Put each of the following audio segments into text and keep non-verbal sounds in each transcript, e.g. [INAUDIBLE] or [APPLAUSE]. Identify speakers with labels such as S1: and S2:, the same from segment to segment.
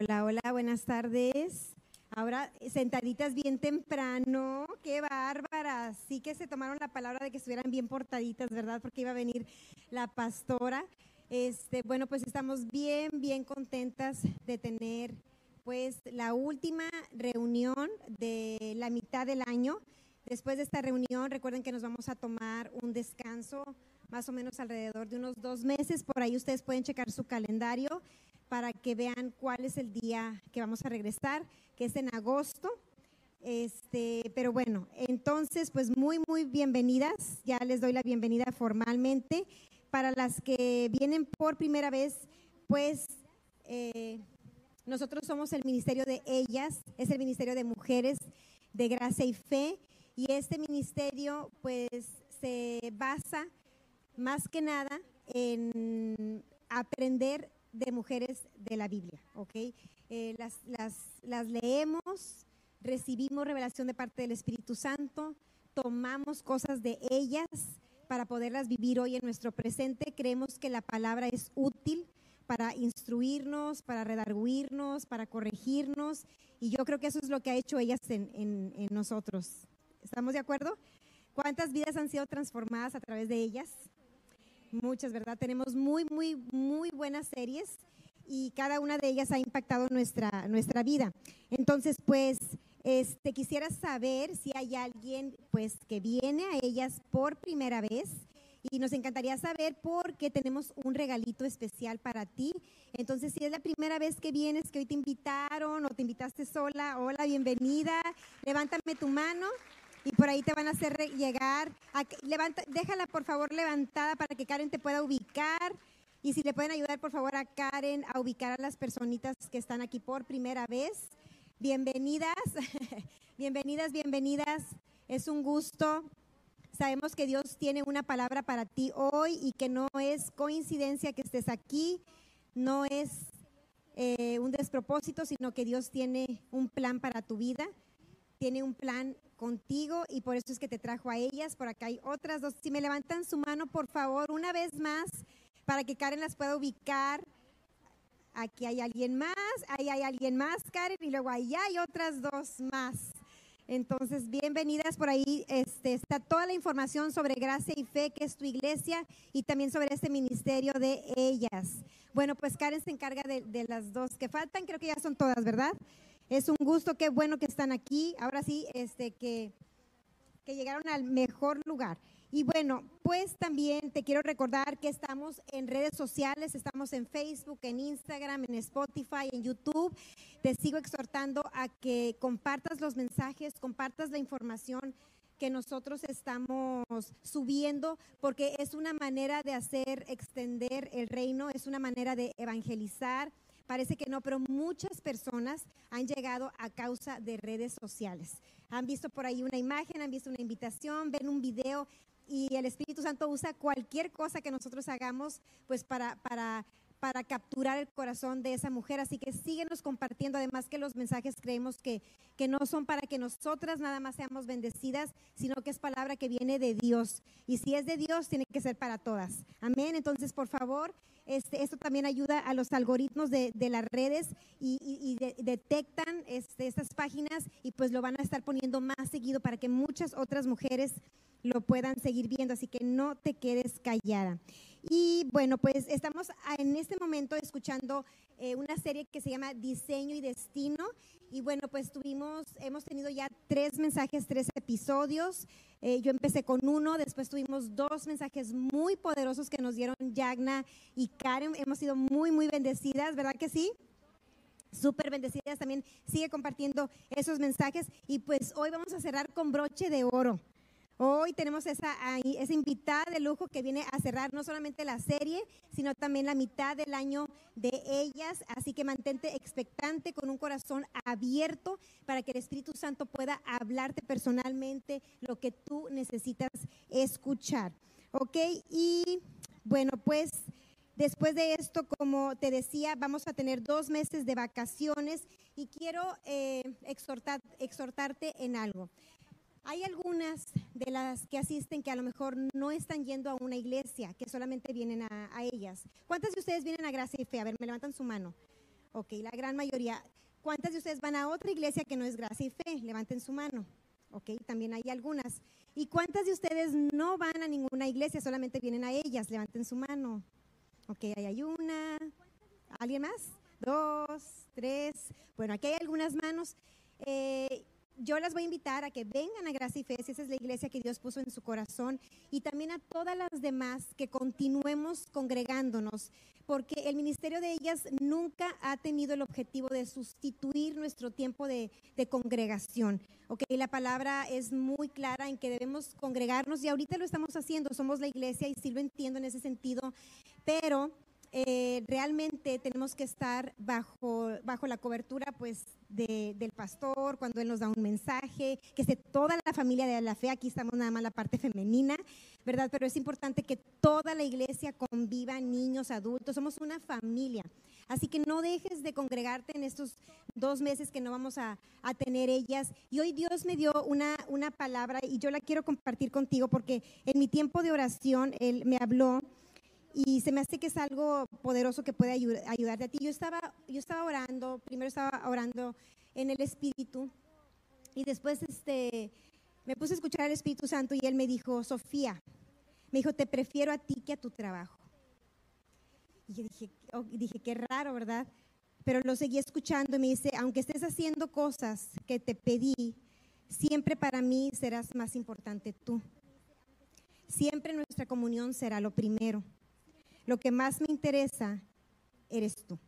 S1: Hola, hola, buenas tardes. Ahora sentaditas bien temprano, qué bárbara. Sí que se tomaron la palabra de que estuvieran bien portaditas, ¿verdad? Porque iba a venir la pastora. Este, bueno, pues estamos bien, bien contentas de tener pues la última reunión de la mitad del año. Después de esta reunión, recuerden que nos vamos a tomar un descanso más o menos alrededor de unos dos meses. Por ahí ustedes pueden checar su calendario para que vean cuál es el día que vamos a regresar, que es en agosto. Este, pero bueno, entonces, pues muy, muy bienvenidas. Ya les doy la bienvenida formalmente. Para las que vienen por primera vez, pues eh, nosotros somos el Ministerio de Ellas, es el Ministerio de Mujeres de Gracia y Fe. Y este ministerio, pues, se basa más que nada en aprender de mujeres de la Biblia, ¿ok? Eh, las, las, las, leemos, recibimos revelación de parte del Espíritu Santo, tomamos cosas de ellas para poderlas vivir hoy en nuestro presente. Creemos que la palabra es útil para instruirnos, para redarguirnos, para corregirnos, y yo creo que eso es lo que ha hecho ellas en, en, en nosotros. ¿Estamos de acuerdo? ¿Cuántas vidas han sido transformadas a través de ellas? Muchas, ¿verdad? Tenemos muy, muy, muy buenas series y cada una de ellas ha impactado nuestra, nuestra vida. Entonces, pues, este, quisiera saber si hay alguien, pues, que viene a ellas por primera vez. Y nos encantaría saber porque tenemos un regalito especial para ti. Entonces, si es la primera vez que vienes, que hoy te invitaron o te invitaste sola, hola, bienvenida, levántame tu mano y por ahí te van a hacer llegar. A, levanta, déjala por favor levantada para que Karen te pueda ubicar. Y si le pueden ayudar por favor a Karen a ubicar a las personitas que están aquí por primera vez. Bienvenidas, [LAUGHS] bienvenidas, bienvenidas. Es un gusto. Sabemos que Dios tiene una palabra para ti hoy y que no es coincidencia que estés aquí, no es eh, un despropósito, sino que Dios tiene un plan para tu vida tiene un plan contigo y por eso es que te trajo a ellas. Por acá hay otras dos. Si me levantan su mano, por favor, una vez más, para que Karen las pueda ubicar. Aquí hay alguien más, ahí hay alguien más, Karen, y luego allá hay otras dos más. Entonces, bienvenidas por ahí. Este, está toda la información sobre Gracia y Fe, que es tu iglesia, y también sobre este ministerio de ellas. Bueno, pues Karen se encarga de, de las dos que faltan, creo que ya son todas, ¿verdad? Es un gusto, qué bueno que están aquí. Ahora sí, este, que, que, llegaron al mejor lugar. Y bueno, pues también te quiero recordar que estamos en redes sociales, estamos en Facebook, en Instagram, en Spotify, en YouTube. Te sigo exhortando a que compartas los mensajes, compartas la información que nosotros estamos subiendo, porque es una manera de hacer extender el reino, es una manera de evangelizar, Parece que no, pero muchas personas han llegado a causa de redes sociales. Han visto por ahí una imagen, han visto una invitación, ven un video y el Espíritu Santo usa cualquier cosa que nosotros hagamos pues para, para, para capturar el corazón de esa mujer. Así que síguenos compartiendo, además que los mensajes creemos que, que no son para que nosotras nada más seamos bendecidas, sino que es palabra que viene de Dios. Y si es de Dios, tiene que ser para todas. Amén. Entonces, por favor, este, esto también ayuda a los algoritmos de, de las redes y, y, y de, detectan este, estas páginas y pues lo van a estar poniendo más seguido para que muchas otras mujeres lo puedan seguir viendo, así que no te quedes callada. Y bueno, pues estamos en este momento escuchando eh, una serie que se llama Diseño y Destino. Y bueno, pues tuvimos, hemos tenido ya tres mensajes, tres episodios. Eh, yo empecé con uno, después tuvimos dos mensajes muy poderosos que nos dieron Yagna y Karen. Hemos sido muy, muy bendecidas, ¿verdad que sí? Súper bendecidas también. Sigue compartiendo esos mensajes. Y pues hoy vamos a cerrar con broche de oro. Hoy tenemos esa, esa invitada de lujo que viene a cerrar no solamente la serie, sino también la mitad del año de ellas. Así que mantente expectante con un corazón abierto para que el Espíritu Santo pueda hablarte personalmente lo que tú necesitas escuchar. ¿Ok? Y bueno, pues... Después de esto, como te decía, vamos a tener dos meses de vacaciones y quiero eh, exhortar, exhortarte en algo. Hay algunas de las que asisten que a lo mejor no están yendo a una iglesia, que solamente vienen a, a, ellas. ¿Cuántas de ustedes vienen a Gracia y Fe? A ver, me levantan su mano. Ok, la gran mayoría. ¿Cuántas de ustedes van a otra iglesia que no es gracia y fe? Levanten su mano. Ok, también hay algunas. ¿Y cuántas de ustedes no van a ninguna iglesia, solamente vienen a ellas? Levanten su mano. Ok, ahí hay una. ¿Alguien más? Dos, tres. Bueno, aquí hay algunas manos. Eh, yo las voy a invitar a que vengan a Gracia y Fe, si esa es la iglesia que Dios puso en su corazón, y también a todas las demás que continuemos congregándonos, porque el ministerio de ellas nunca ha tenido el objetivo de sustituir nuestro tiempo de, de congregación. Ok, la palabra es muy clara en que debemos congregarnos, y ahorita lo estamos haciendo, somos la iglesia y sí lo entiendo en ese sentido, pero eh, realmente tenemos que estar bajo, bajo la cobertura pues, de- del pastor, cuando él nos da un mensaje, que esté toda la familia de la fe, aquí estamos nada más la parte femenina, ¿verdad? Pero es importante que toda la iglesia conviva, niños, adultos, somos una familia. Así que no dejes de congregarte en estos dos meses que no vamos a, a tener ellas. Y hoy Dios me dio una, una palabra y yo la quiero compartir contigo porque en mi tiempo de oración Él me habló y se me hace que es algo poderoso que puede ayu- ayudarte a ti. Yo estaba, yo estaba orando, primero estaba orando en el Espíritu y después este, me puse a escuchar al Espíritu Santo y él me dijo, Sofía, me dijo, te prefiero a ti que a tu trabajo. Y yo dije, oh, dije, qué raro, ¿verdad? Pero lo seguí escuchando y me dice, aunque estés haciendo cosas que te pedí, siempre para mí serás más importante tú. Siempre nuestra comunión será lo primero lo que más me interesa eres tú.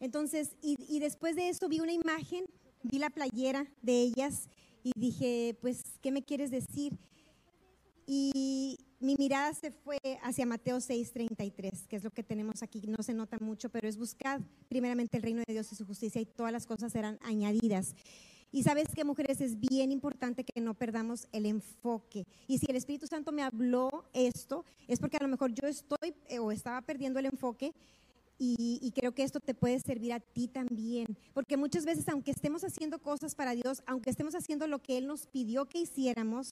S1: Entonces, y, y después de eso vi una imagen, vi la playera de ellas y dije, pues, ¿qué me quieres decir? Y mi mirada se fue hacia Mateo 6:33, que es lo que tenemos aquí, no se nota mucho, pero es buscad primeramente el reino de Dios y su justicia y todas las cosas serán añadidas. Y sabes que mujeres es bien importante que no perdamos el enfoque. Y si el Espíritu Santo me habló esto, es porque a lo mejor yo estoy eh, o estaba perdiendo el enfoque y, y creo que esto te puede servir a ti también. Porque muchas veces, aunque estemos haciendo cosas para Dios, aunque estemos haciendo lo que Él nos pidió que hiciéramos,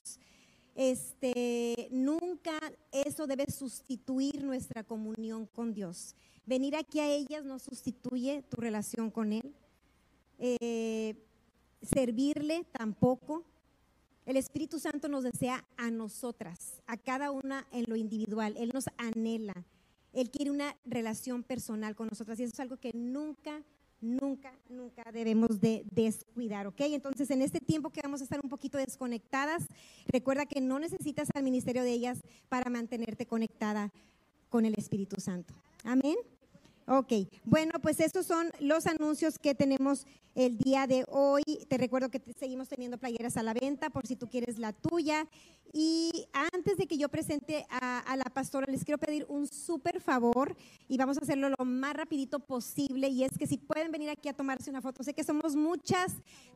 S1: este, nunca eso debe sustituir nuestra comunión con Dios. Venir aquí a ellas no sustituye tu relación con Él. Eh, servirle tampoco. El Espíritu Santo nos desea a nosotras, a cada una en lo individual. Él nos anhela. Él quiere una relación personal con nosotras y eso es algo que nunca, nunca, nunca debemos de descuidar, ¿ok? Entonces, en este tiempo que vamos a estar un poquito desconectadas, recuerda que no necesitas al ministerio de ellas para mantenerte conectada con el Espíritu Santo. Amén. Ok, bueno, pues estos son los anuncios que tenemos el día de hoy. Te recuerdo que te- seguimos teniendo playeras a la venta por si tú quieres la tuya. Y antes de que yo presente a, a la pastora, les quiero pedir un súper favor y vamos a hacerlo lo más rapidito posible. Y es que si pueden venir aquí a tomarse una foto, sé que somos muchas,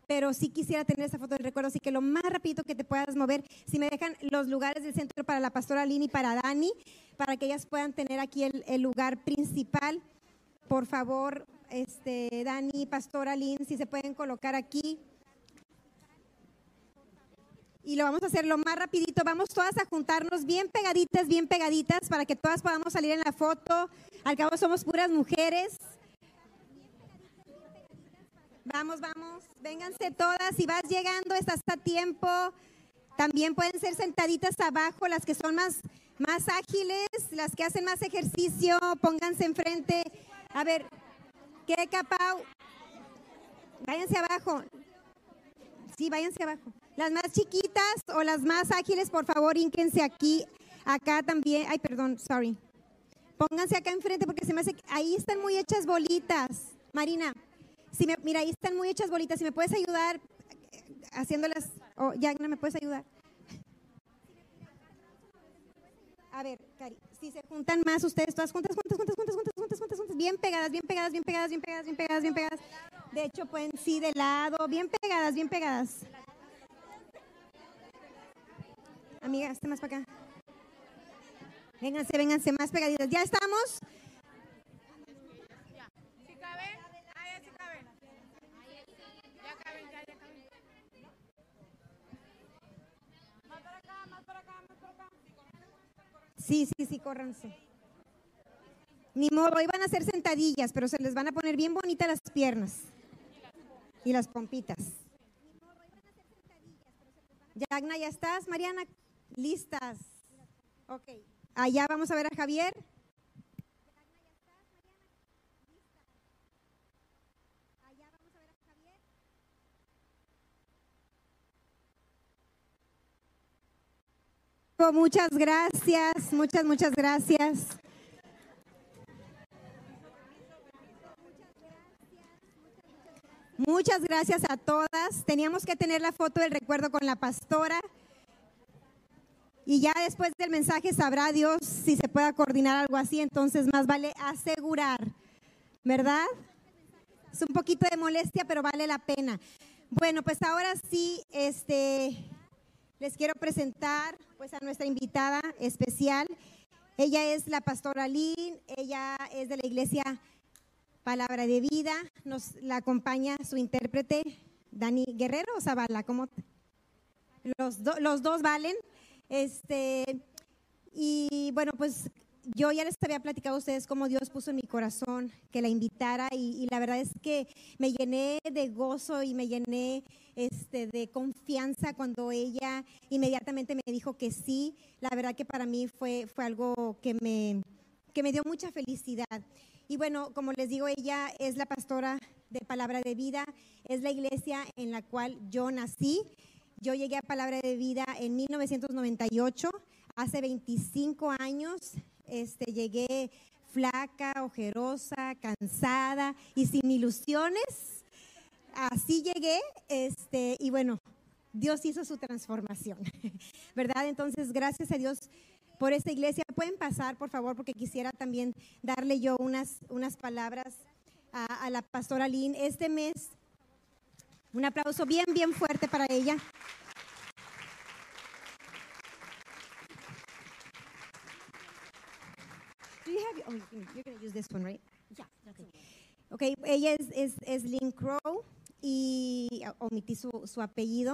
S1: pero sí quisiera tener esa foto del recuerdo, así que lo más rápido que te puedas mover, si me dejan los lugares del centro para la pastora Lini y para Dani, para que ellas puedan tener aquí el- el lugar principal. Por favor, este, Dani, Pastora Lynn, si se pueden colocar aquí. Y lo vamos a hacer lo más rapidito. Vamos todas a juntarnos bien pegaditas, bien pegaditas, para que todas podamos salir en la foto. Al cabo somos puras mujeres. Vamos, vamos. Vénganse todas. Si vas llegando, estás a tiempo. También pueden ser sentaditas abajo, las que son más, más ágiles, las que hacen más ejercicio, pónganse enfrente. A ver, ¿qué capau? Váyanse abajo. Sí, váyanse abajo. Las más chiquitas o las más ágiles, por favor, ínquense aquí, acá también. Ay, perdón, sorry. Pónganse acá enfrente porque se me hace que ahí están muy hechas bolitas. Marina, si me, mira, ahí están muy hechas bolitas. Si me puedes ayudar eh, haciéndolas, o Yagna, ¿me puedes ayudar? A ver, Cari, si se juntan más ustedes, todas juntas, juntas, juntas, juntas, juntas, juntas, juntas, juntas, bien pegadas, bien pegadas, bien pegadas, bien pegadas, bien pegadas, bien pegadas. De hecho, pueden sí de lado, bien pegadas, bien pegadas. Amiga, esté más para acá. Vénganse, vénganse, más pegaditas. ¿Ya estamos?
S2: Si caben, ah, ya sí caben. Ya caben, ya, ya caben. Más para acá, más para acá, más para acá.
S1: Sí, sí, sí, córranse. Ni modo, iban a hacer sentadillas, pero se les van a poner bien bonitas las piernas y las pompitas. Yagna, ¿ya estás? Mariana, listas. Ok. Allá vamos a ver a Javier. Muchas gracias, muchas, muchas gracias. Muchas gracias a todas. Teníamos que tener la foto del recuerdo con la pastora. Y ya después del mensaje sabrá Dios si se pueda coordinar algo así. Entonces más vale asegurar, ¿verdad? Es un poquito de molestia, pero vale la pena. Bueno, pues ahora sí, este, les quiero presentar pues a nuestra invitada especial. Ella es la pastora Lynn, ella es de la iglesia Palabra de Vida. Nos la acompaña su intérprete, Dani Guerrero o Zavala, ¿cómo? Los, do- los dos valen. Este, y bueno, pues yo ya les había platicado a ustedes cómo Dios puso en mi corazón que la invitara y, y la verdad es que me llené de gozo y me llené este, de confianza cuando ella inmediatamente me dijo que sí. La verdad que para mí fue, fue algo que me, que me dio mucha felicidad. Y bueno, como les digo, ella es la pastora de Palabra de Vida, es la iglesia en la cual yo nací. Yo llegué a Palabra de Vida en 1998, hace 25 años. Este, llegué flaca, ojerosa, cansada y sin ilusiones. Así llegué, este, y bueno, Dios hizo su transformación, [LAUGHS] ¿verdad? Entonces, gracias a Dios por esta iglesia. Pueden pasar, por favor, porque quisiera también darle yo unas, unas palabras a, a la pastora Lynn. Este mes, un aplauso bien, bien fuerte para ella. Do you have- oh, you're gonna use this one, right? Okay. Ok, ella es, es, es Lynn Crow y oh, omití su, su apellido.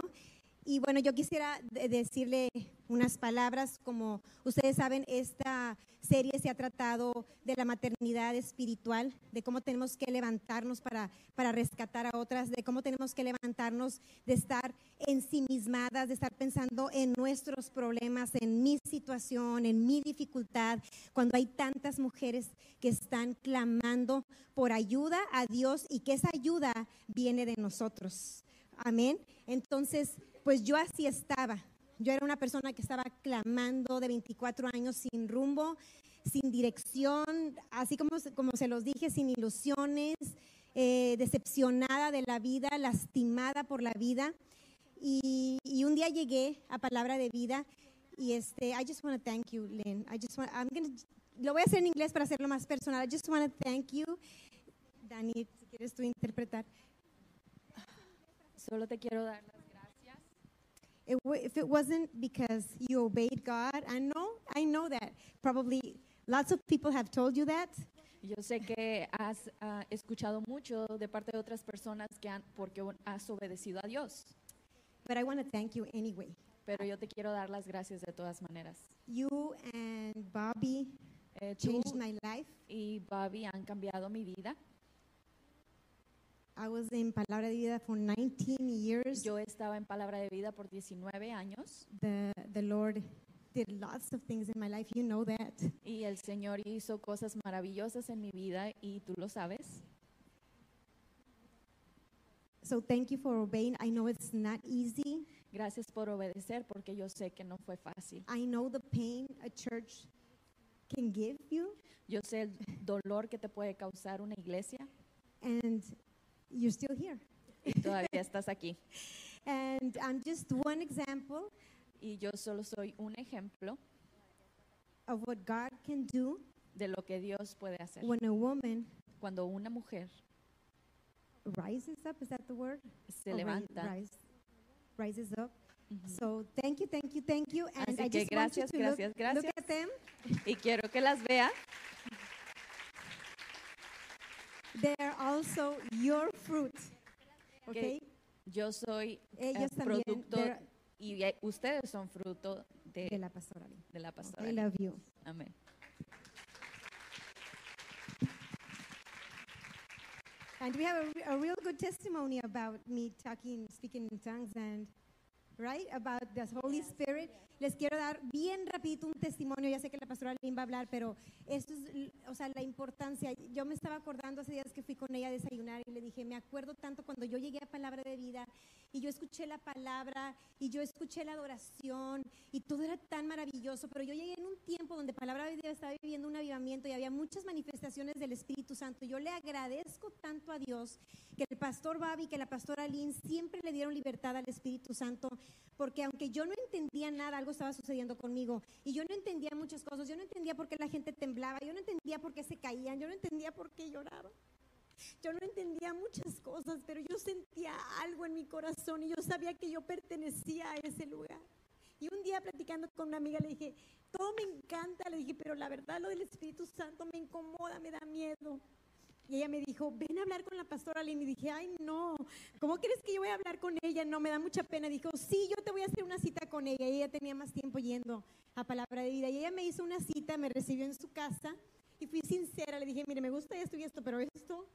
S1: Y bueno, yo quisiera de- decirle unas palabras. Como ustedes saben, esta serie se ha tratado de la maternidad espiritual, de cómo tenemos que levantarnos para, para rescatar a otras, de cómo tenemos que levantarnos de estar ensimismadas, de estar pensando en nuestros problemas, en mi situación, en mi dificultad, cuando hay tantas mujeres que están clamando por ayuda a Dios y que esa ayuda viene de nosotros. Amén. Entonces, pues yo así estaba. Yo era una persona que estaba clamando de 24 años sin rumbo, sin dirección, así como, se- como se los dije, sin ilusiones, eh, decepcionada de la vida, lastimada por la vida. Y, y un día llegué a Palabra de Vida y este, I just want to thank you, Lynn. I just wanna- I'm gonna- lo voy a hacer en inglés para hacerlo más personal. I just want to thank you, Dani, si quieres tú interpretar.
S3: Solo te quiero dar las gracias.
S1: It w- if it wasn't because you obeyed God, I know, I know that probably lots of people have told you that.
S3: Yo sé que has ah, escuchado mucho de parte de otras personas que han, porque has obedecido a Dios,
S1: But I want to thank you anyway.
S3: pero yo te quiero dar las gracias de todas maneras.
S1: You and Bobby
S3: Eh, tú
S1: changed my life.
S3: y Bobby han cambiado mi vida.
S1: I was in Palabra de Vida for 19 years.
S3: Yo estaba en Palabra de Vida por 19 años
S1: The, the Lord did lots of things in my life. You know that.
S3: y el Señor hizo cosas maravillosas en mi vida y tú lo sabes.
S1: So thank you for obeying. I know it's not easy.
S3: Gracias por obedecer porque yo sé que no fue fácil.
S1: I know the pain a church can give you,
S3: Yo sé el dolor que te puede causar una iglesia
S1: and you're still here.
S3: y todavía estás aquí.
S1: And I'm just one example
S3: Y yo solo soy un ejemplo
S1: of what God can do
S3: de lo que Dios puede hacer.
S1: when a woman
S3: Cuando una mujer
S1: rises up. Is that the word?
S3: se
S1: Or ri-
S3: levanta.
S1: rise- rises up.
S3: Ujú.
S1: So thank you, thank you, thank you. And
S3: Así
S1: I
S3: que
S1: just want you
S3: gracias,
S1: to look-
S3: gracias,
S1: look
S3: gracias.
S1: at them.
S3: Y quiero que las vea.
S1: They are also your fruit. Okay?
S3: Yo soy
S1: Ellos
S3: eh,
S1: también
S3: producto
S1: they're-
S3: y eh, ustedes son fruto de,
S1: de la pastora. Lynn.
S3: de la pastora.
S1: I love you.
S3: Amén.
S1: And we have a, re- a real good testimony about me talking, speaking in tongues and right about the Holy Spirit. Les quiero dar bien rapidito un testimonio. Ya sé que la pastora Lynn va a hablar, pero esto es, l- o sea, la importancia. Yo me estaba acordando hace días que fui con ella a desayunar y le dije, me acuerdo tanto cuando yo llegué a Palabra de Vida y yo escuché la palabra y yo escuché la adoración y todo era tan maravilloso, pero yo llegué en un tiempo donde Palabra de Vida estaba viviendo un avivamiento y había muchas manifestaciones del Espíritu Santo. Yo le agradezco tanto a Dios que el pastor Babi, que la pastora Lynn siempre le dieron libertad al Espíritu Santo, porque aunque yo no entendía nada, algo estaba sucediendo conmigo y yo no entendía muchas cosas, yo no entendía por qué la gente temblaba, yo no entendía por qué se caían, yo no entendía por qué lloraban. Yo no entendía muchas cosas, pero yo sentía algo en mi corazón y yo sabía que yo pertenecía a ese lugar. Y un día platicando con una amiga le dije, todo me encanta, le dije, pero la verdad lo del Espíritu Santo me incomoda, me da miedo. Y ella me dijo, ven a hablar con la pastora Lynn. Y dije, ay, no, ¿cómo crees que yo voy a hablar con ella? No, me da mucha pena. Dijo, sí, yo te voy a hacer una cita con ella. Y ella tenía más tiempo yendo a Palabra de Vida. Y ella me hizo una cita, me recibió en su casa y fui sincera. Le dije, mire, me gusta esto y esto, pero esto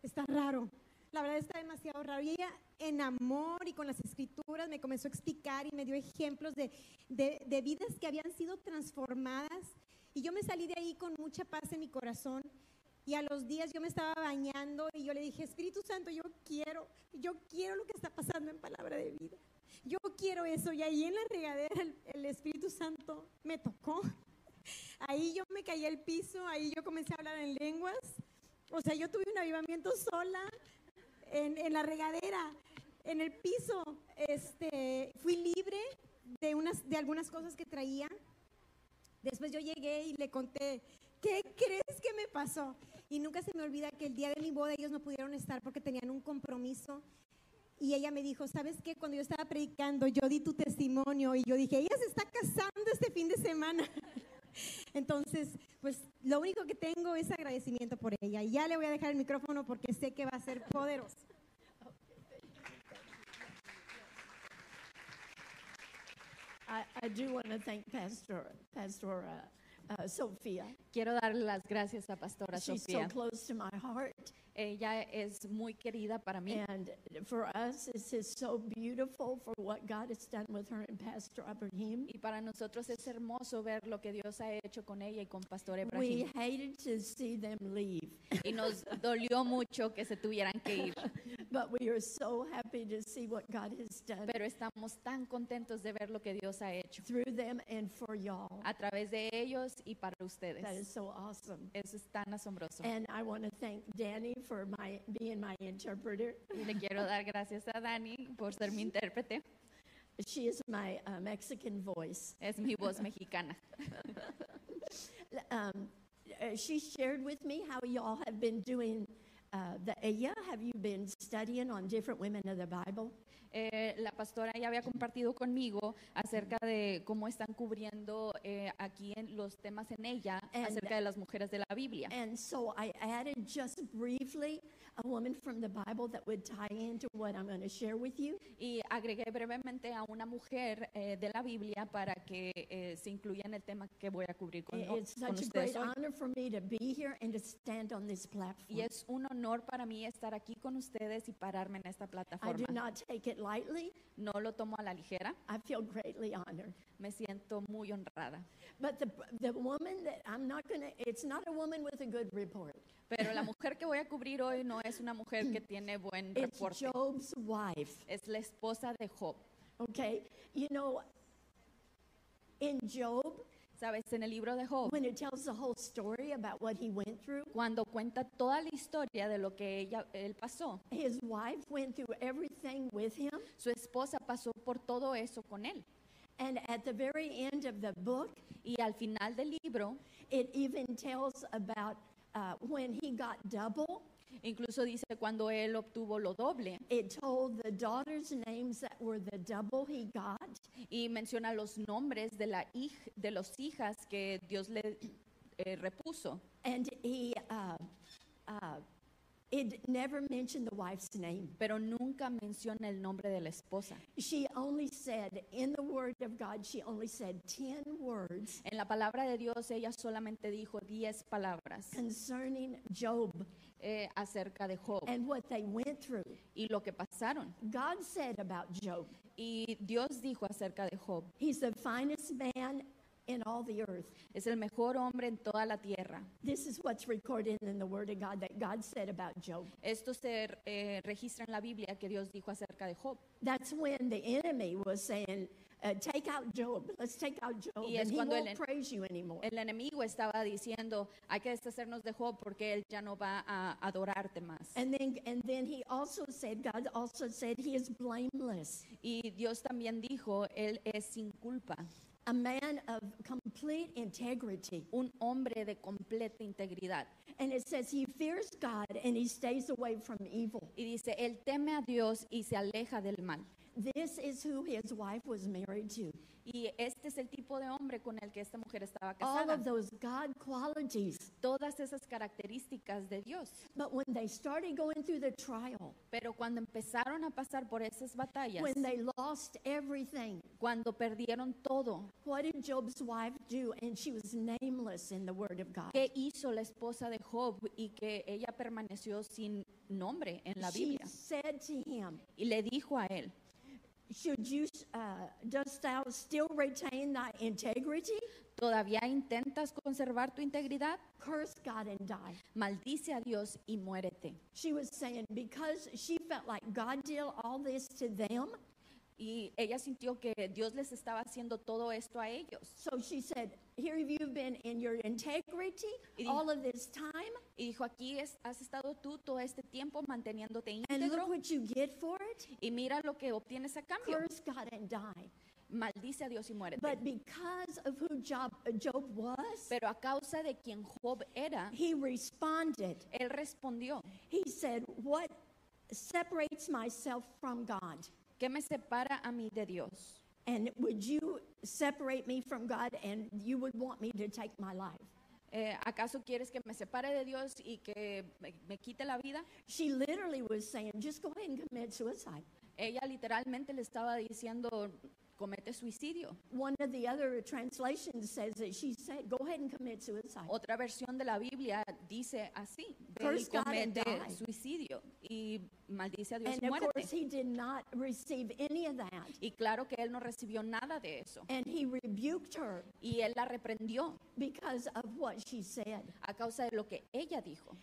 S1: está raro. La verdad está demasiado raro. Y ella en amor y con las escrituras me comenzó a explicar y me dio ejemplos de, de- de vidas que habían sido transformadas. Y yo me salí de ahí con mucha paz en mi corazón. Y a los días yo me estaba bañando y yo le dije, Espíritu Santo, yo quiero, yo quiero lo que está pasando en palabra de vida. Yo quiero eso. Y ahí en la regadera el- el Espíritu Santo me tocó. Ahí yo me caí al piso, ahí yo comencé a hablar en lenguas. O sea, yo tuve un avivamiento sola en, en la regadera, en el piso. Este, fui libre de, unas, de algunas cosas que traía. Después yo llegué y le conté, ¿qué crees que me pasó? Y nunca se me olvida que el día de mi boda ellos no pudieron estar porque tenían un compromiso. Y ella me dijo, ¿sabes qué? Cuando yo estaba predicando, yo di tu testimonio y yo dije, ella se está casando este fin de semana. Entonces, pues lo único que tengo es agradecimiento por ella. Y ya le voy a dejar el micrófono porque sé que va a ser poderoso.
S4: I, I do want to thank Pastor, Pastor uh, Sophia.
S3: Quiero dar las gracias a Pastora
S4: She's so
S3: Sofía.
S4: close to my heart.
S3: Ella es muy querida para mí.
S4: And for us, this is so beautiful for what God has done with her and Pastor Ibrahim.
S3: Y para nosotros es hermoso ver lo que Dios ha hecho con ella y con Pastor
S4: We [LAUGHS]
S3: Ebrahim.
S4: hated to see them leave,
S3: Y nos dolió mucho que se tuvieran que
S4: [LAUGHS]
S3: ir.
S4: but we are so happy to see what God has done
S3: Pero estamos tan contentos de ver lo que Dios ha hecho
S4: through them and for y'all.
S3: a través de ellos y para
S4: That is
S3: ustedes.
S4: so awesome.
S3: Eso es tan asombroso.
S4: And I want to thank Danny for my being my interpreter.
S3: Y le quiero dar gracias a Dani por ser mi intérprete.
S4: She is my uh, Mexican voice.
S3: Es mi
S4: [LAUGHS]
S3: voz mexicana.
S4: um, uh, she shared with me how y'all have been doing uh, the Aya. Have you been studying on different women of the Bible?
S3: Eh, la pastora ya había compartido conmigo acerca de cómo están cubriendo eh, aquí en los temas en ella
S4: And-
S3: acerca de las mujeres de la Biblia.
S4: And so I added just briefly a woman from the Bible that would tie into what I'm going to share with you.
S3: Y agregué brevemente a una mujer eh, de la Biblia para que eh, se incluya en el tema que voy a cubrir con,
S4: I- Eh, It's
S3: con
S4: such a
S3: ustedes
S4: great
S3: hoy.
S4: honor for me to be here and to stand on this
S3: Y
S4: platform.
S3: es un honor para mí estar aquí con ustedes y pararme en esta
S4: I do
S3: plataforma.
S4: not take it lightly.
S3: No lo tomo a la ligera,
S4: I feel greatly honored.
S3: me siento muy honrada.
S4: But the, the woman that I'm not going to, it's not a woman with a good report.
S3: Pero la mujer que voy a cubrir hoy no es una mujer que tiene buen
S4: It's
S3: reporte.
S4: Job's wife.
S3: Es la esposa de Job.
S4: Okay, you know, in Job,
S3: Sabes, en el libro de Job,
S4: when it tells the whole story about what he went through,
S3: cuando cuenta toda la historia de lo que ella, él pasó,
S4: his wife went through everything with him.
S3: su esposa pasó por todo eso con él.
S4: And at the very end of the book,
S3: Y al final del libro,
S4: it even tells about uh, when he got double,
S3: incluso dice cuando él obtuvo lo doble
S4: it told the daughters' names that were the double he got.
S3: y menciona los nombres de, la hij- de los hijas que Dios le eh, repuso.
S4: And he, uh, uh, it never mentioned the wife's name.
S3: Pero nunca menciona el nombre de la esposa.
S4: She only said, in the Word of God, she only said 10 words.
S3: En la palabra de Dios ella solamente dijo 10 palabras
S4: concerning Job.
S3: eh, acerca de Job
S4: and what they went through.
S3: y lo que pasaron.
S4: God said about Job,
S3: Y Dios dijo acerca de Job,
S4: he's the finest man in all the earth.
S3: es el mejor hombre en toda la tierra.
S4: This is what's recorded in the Word of God that God said about Job.
S3: Esto se eh, registra en la Biblia que Dios dijo acerca de Job.
S4: That's when the enemy was saying, uh, Take out Job. Let's take out Job.
S3: Y es
S4: and he
S3: cuando el
S4: won't
S3: en-
S4: praise you anymore.
S3: El enemigo estaba diciendo, hay que deshacernos de Job porque él ya no va a adorarte más.
S4: And then, and then he also said, God also said, he is blameless,
S3: Y Dios también dijo, él es sin culpa,
S4: a man of complete integrity.
S3: un hombre de completa integridad.
S4: And it says he fears God and he stays away from evil.
S3: Y dice, él teme a Dios y se aleja del mal.
S4: This is who his wife was married to.
S3: Y este es el tipo de hombre con el que esta mujer estaba
S4: All of
S3: casada.
S4: those God qualities.
S3: Todas esas características de Dios.
S4: But when they started going through the trial,
S3: Pero cuando empezaron a pasar por esas batallas,
S4: when they lost everything,
S3: cuando perdieron todo,
S4: what did Job's wife do? And she was nameless in the Word of God.
S3: ¿qué hizo la esposa de Job y que ella permaneció sin nombre en la
S4: She
S3: Biblia?
S4: said to him,
S3: Y le dijo a él,
S4: Should you, uh, dost thou still retain thy integrity?
S3: ¿todavía intentas conservar tu integridad?
S4: Curse God and die.
S3: Maldice a Dios y muérete.
S4: She was saying, Because she felt like God did all this to them,
S3: Y ella sintió que Dios les estaba haciendo todo esto a ellos.
S4: So she said, Here you've been in your integrity
S3: Y dijo-
S4: all of this time,
S3: Y dijo, aquí es- has estado tú todo este tiempo manteniéndote
S4: and look
S3: íntegro
S4: what you get for it.
S3: y mira lo que obtienes a cambio.
S4: Curse God and die.
S3: Maldice a Dios y muérete.
S4: But because of who Job, Job was,
S3: Pero a causa de quien Job era,
S4: he responded.
S3: él respondió,
S4: He said, What separates myself from God?
S3: ¿qué me separa a mí de Dios?
S4: And would you separate me from God and you would want me to take my life?
S3: Eh, ¿Acaso quieres que me separe de Dios y que me, me quite la vida?
S4: She literally was saying, Just go ahead and commit suicide.
S3: Ella literalmente le estaba diciendo, comete suicidio.
S4: One of the other translations says that she said, Go ahead and commit suicide.
S3: Otra versión de la Biblia dice así, ve y
S4: Curse God and
S3: comete
S4: die.
S3: suicidio y maldice a Dios
S4: And
S3: y
S4: of
S3: muérete.
S4: course, he did not receive any of that.
S3: Y claro que él no recibió nada de eso.
S4: And he rebuked her
S3: Y él la reprendió
S4: because of what she said.
S3: a causa de lo que ella dijo.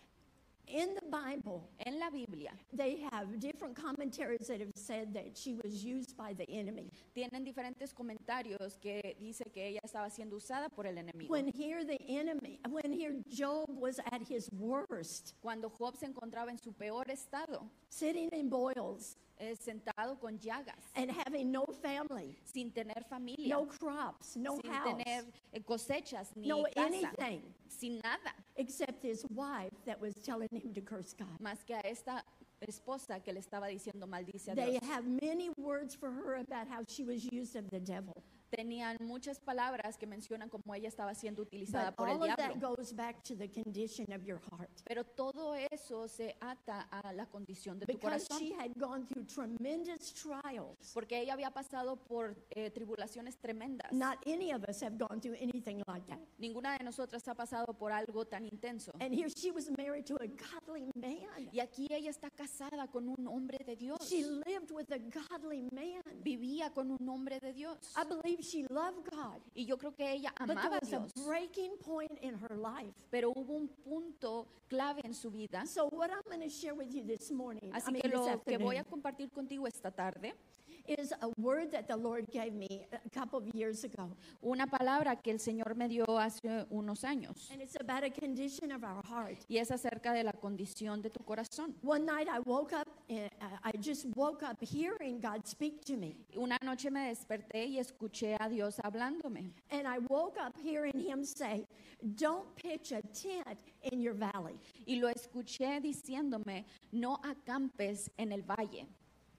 S4: In the Bible,
S3: En la Biblia
S4: they have different commentaries that have said that she was used by the enemy.
S3: tienen diferentes comentarios que dice que ella estaba siendo usada por el enemigo.
S4: When here the enemy, when here Job was at his worst,
S3: Cuando Job se encontraba en su peor estado,
S4: sitting in boils
S3: eh, sentado con llagas,
S4: and having no family,
S3: sin tener familia,
S4: no crops, no
S3: sin
S4: house,
S3: tener eh, cosechas ni
S4: no
S3: casa,
S4: anything,
S3: sin nada,
S4: except his wife that was telling him to curse God.
S3: más que a esta esposa que le estaba diciendo maldice a
S4: They
S3: Dios.
S4: have many words for her about how she was used of the devil.
S3: Tenían muchas palabras que mencionan cómo ella estaba siendo utilizada
S4: But
S3: por el
S4: all of that
S3: diablo.
S4: goes back to the condition of your heart.
S3: Pero todo eso se ata a la condición de tu
S4: Because
S3: corazón.
S4: she had gone through tremendous trials.
S3: Porque ella había pasado por eh, tribulaciones tremendas.
S4: Not any of us have gone through anything like
S3: Uh-huh.
S4: that.
S3: Ninguna de nosotras ha pasado por algo tan intenso.
S4: And here she was married to a godly man.
S3: Y aquí ella está casada con un hombre de Dios.
S4: She lived with a godly man.
S3: Vivía con un hombre de Dios.
S4: I believe she loved God.
S3: Y yo creo que ella
S4: But there
S3: amaba a
S4: was a
S3: Dios. Uh-huh.
S4: breaking point in her life.
S3: Pero hubo un punto clave en su vida.
S4: So, what I'm going to share with you this morning, I
S3: Así
S4: mean,
S3: que
S4: this
S3: lo que voy a
S4: afternoon,
S3: compartir contigo esta tarde,
S4: is a word that the Lord gave me a couple of years ago.
S3: una palabra que el Señor me dio hace unos años.
S4: And it's about a condition of our heart.
S3: Y es acerca de la condición de tu corazón.
S4: One night I woke up and uh, I- I just woke up hearing God speak to me.
S3: Una noche me desperté y escuché a Dios hablándome.
S4: And I woke up hearing him say, Don't pitch a tent in your valley.
S3: Y lo escuché diciéndome, no acampes en el valle.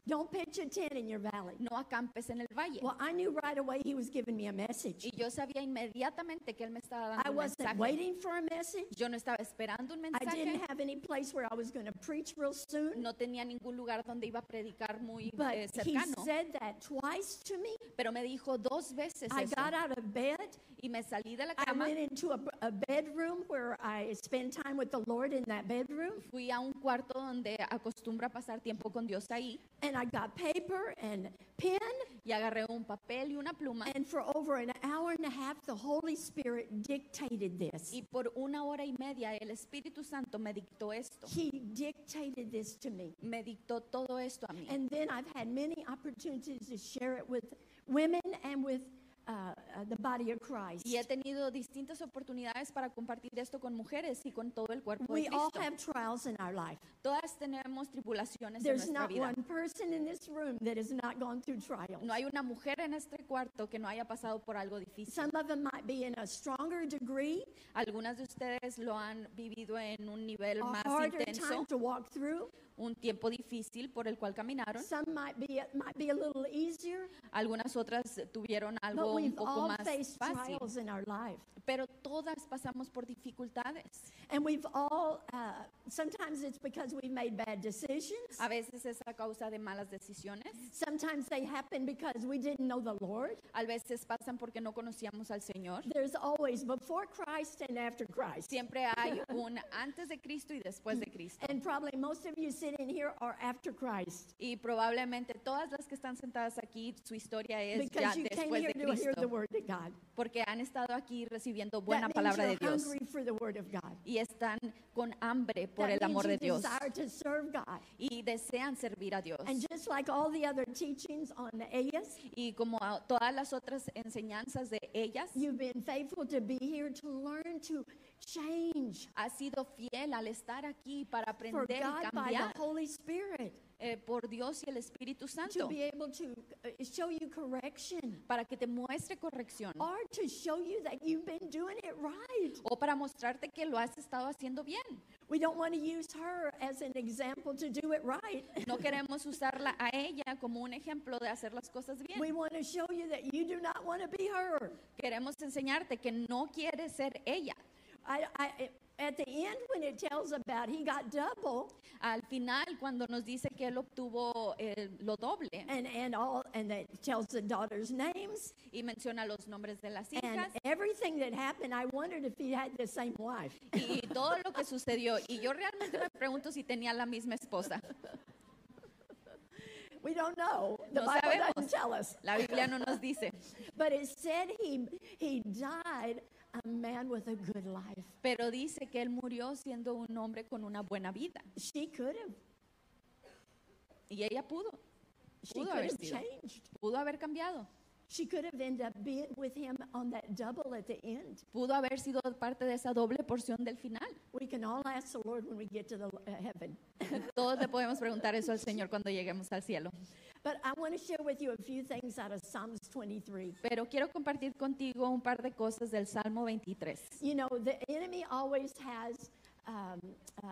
S4: Don't pitch a tent in your valley.
S3: no acampes en el valle.
S4: Well, I knew right away he was giving me a message.
S3: Y yo sabía inmediatamente que él me estaba
S4: I
S3: dando un
S4: wasn't
S3: mensaje.
S4: waiting for a message.
S3: Yo no estaba esperando un
S4: I
S3: mensaje,
S4: didn't have any place where I was going to preach real soon.
S3: no tenía ningún lugar donde iba a predicar muy
S4: But
S3: eh,
S4: he
S3: cercano,
S4: said that twice to me.
S3: pero me dijo dos veces
S4: I
S3: eso.
S4: got out of bed.
S3: y me salí de la
S4: I
S3: cama,
S4: went into a, a bedroom where I spend time with the Lord in that bedroom.
S3: fui a un cuarto donde acostumbra pasar tiempo con Dios ahí
S4: And I got paper and pen.
S3: y agarré un papel y una pluma
S4: And for over an hour and a half, the Holy Spirit dictated this.
S3: y por una hora y media el Espíritu Santo me dictó esto,
S4: He dictated this to me.
S3: me dictó todo esto a mí.
S4: And then I've had many opportunities to share it with women and with uh, uh, the body of Christ.
S3: Y he tenido distintas oportunidades para compartir esto con mujeres y con todo el cuerpo de
S4: We all
S3: Cristo.
S4: have trials in our life.
S3: Todas tenemos tribulaciones en
S4: There's
S3: nuestra
S4: not
S3: vida.
S4: one person in this room that has not gone through trials.
S3: No hay una mujer en este cuarto que no haya pasado por algo difícil.
S4: Some of them might be in a stronger degree,
S3: Algunas de ustedes lo han vivido en un nivel
S4: a
S3: más
S4: harder
S3: intenso,
S4: time to walk through.
S3: un tiempo difícil por el cual caminaron.
S4: Some might be it might be a little easier,
S3: Algunas otras tuvieron
S4: but
S3: algo un
S4: we've
S3: poco
S4: all
S3: más
S4: faced
S3: fácil,
S4: trials in our life,
S3: pero todas pasamos por dificultades.
S4: and we've all. Uh, sometimes it's because we made bad decisions.
S3: A veces es a causa de malas decisiones,
S4: Sometimes they happen because we didn't know the Lord.
S3: a veces pasan porque no conocíamos al Señor.
S4: There's always before Christ and after Christ.
S3: Siempre hay un antes de Cristo y después de Cristo.
S4: And probably most of you sitting here are after Christ
S3: Y probablemente todas las que están sentadas aquí, su historia es ya
S4: because you came
S3: después de
S4: here to hear the
S3: Cristo,
S4: word of God.
S3: porque han estado aquí recibiendo buena
S4: That means
S3: palabra de
S4: you're
S3: Dios
S4: hungry for the word of God.
S3: y están con hambre por
S4: That
S3: el amor de
S4: means you
S3: Dios
S4: desire to serve God.
S3: y desean servir a Dios.
S4: And just like all the other teachings on the AS,
S3: Y como a todas las otras enseñanzas de ellas,
S4: you've been faithful to be here to learn to change
S3: ha sido fiel al estar aquí para
S4: for
S3: aprender
S4: God
S3: y
S4: by
S3: cambiar
S4: the Holy Spirit
S3: eh, por Dios y el Espíritu
S4: to
S3: Santo
S4: be able to uh, show you correction
S3: para que te muestre corrección
S4: or to show you that you've been doing it right.
S3: o para mostrarte que lo has estado haciendo bien.
S4: We don't want to use her as an example to do it right.
S3: No queremos usarla a ella como un ejemplo de hacer las cosas bien.
S4: We want to show you that you do not want to be her.
S3: Queremos enseñarte que no quiere ser ella.
S4: I, I, at the end, when it tells about he got double
S3: Al final, cuando nos dice que él obtuvo eh, lo doble
S4: and, and all, and it tells the daughters' names,
S3: y menciona los nombres de las
S4: And
S3: hijas
S4: everything that happened, I wondered if he had the same wife.
S3: y todo lo que sucedió. Y yo realmente me pregunto si tenía la misma esposa.
S4: We don't know. The
S3: No
S4: Bible
S3: sabemos.
S4: doesn't tell us.
S3: La Biblia no nos dice.
S4: But it said he he died a man with a good life.
S3: Pero dice que él murió siendo un hombre con una buena vida.
S4: She could have.
S3: Y ella pudo,
S4: She
S3: Pudo
S4: could
S3: haber
S4: have
S3: sido.
S4: changed.
S3: pudo haber cambiado.
S4: She could have ended up being with him on that double at the end.
S3: Pudo haber sido parte de esa doble porción del final.
S4: We can all ask the Lord when we get to the uh, heaven.
S3: Todos le podemos preguntar eso al Señor cuando lleguemos al cielo.
S4: But I want to share with you a few things out of Psalms 23.
S3: Pero quiero compartir contigo un par de cosas del Salmo 23.
S4: You know, the enemy always has um, uh,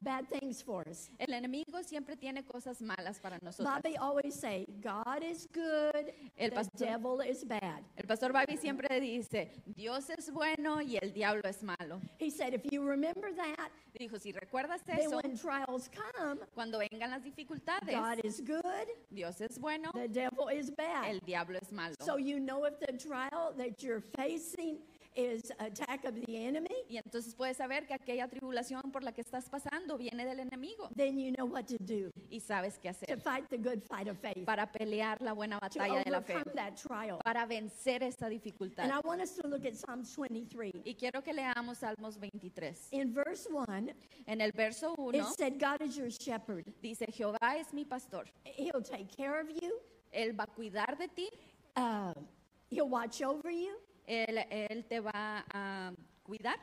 S4: bad things for us.
S3: El enemigo siempre tiene cosas malas para nosotros.
S4: Bobby always say, God is good,
S3: El
S4: the
S3: pastor-
S4: devil is bad.
S3: El pastor Babi siempre dice, Dios es bueno y el diablo es malo.
S4: He said, if you remember that,
S3: Dijo, si recuerdas
S4: then
S3: eso,
S4: when trials come,
S3: cuando vengan las dificultades,
S4: God is good,
S3: Dios es bueno,
S4: the devil is bad.
S3: el diablo es malo.
S4: So you know if the trial that you're facing is attack of the enemy,
S3: Y entonces puedes saber que aquella tribulación por la que estás pasando viene del enemigo
S4: then you know what to do
S3: y sabes qué
S4: to
S3: hacer
S4: fight the good fight of faith,
S3: para pelear la buena
S4: to
S3: batalla de la fe,
S4: overcome that trial.
S3: para vencer esta
S4: And I
S3: dificultad.
S4: want us to look at Psalms 23.
S3: Y quiero que leamos Salmos 23.
S4: In verse 1,
S3: En el verso
S4: it
S3: 1
S4: said, God is your shepherd.
S3: dice, Jehová es mi pastor,
S4: He'll take care of you.
S3: Él va a cuidar de ti,
S4: Uh, he'll watch over you.
S3: Él, Él te va a cuidar,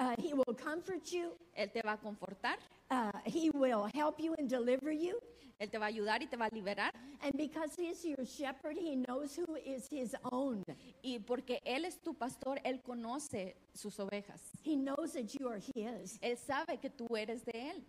S4: Uh, he will comfort you.
S3: Él te va a confortar,
S4: Uh, he will help you and deliver you.
S3: Él te va a ayudar y te va a liberar.
S4: And because he's your shepherd, he knows who is his own.
S3: Y porque Él es tu pastor, Él conoce sus ovejas.
S4: He knows that you are his.
S3: Él sabe que tú eres de Él.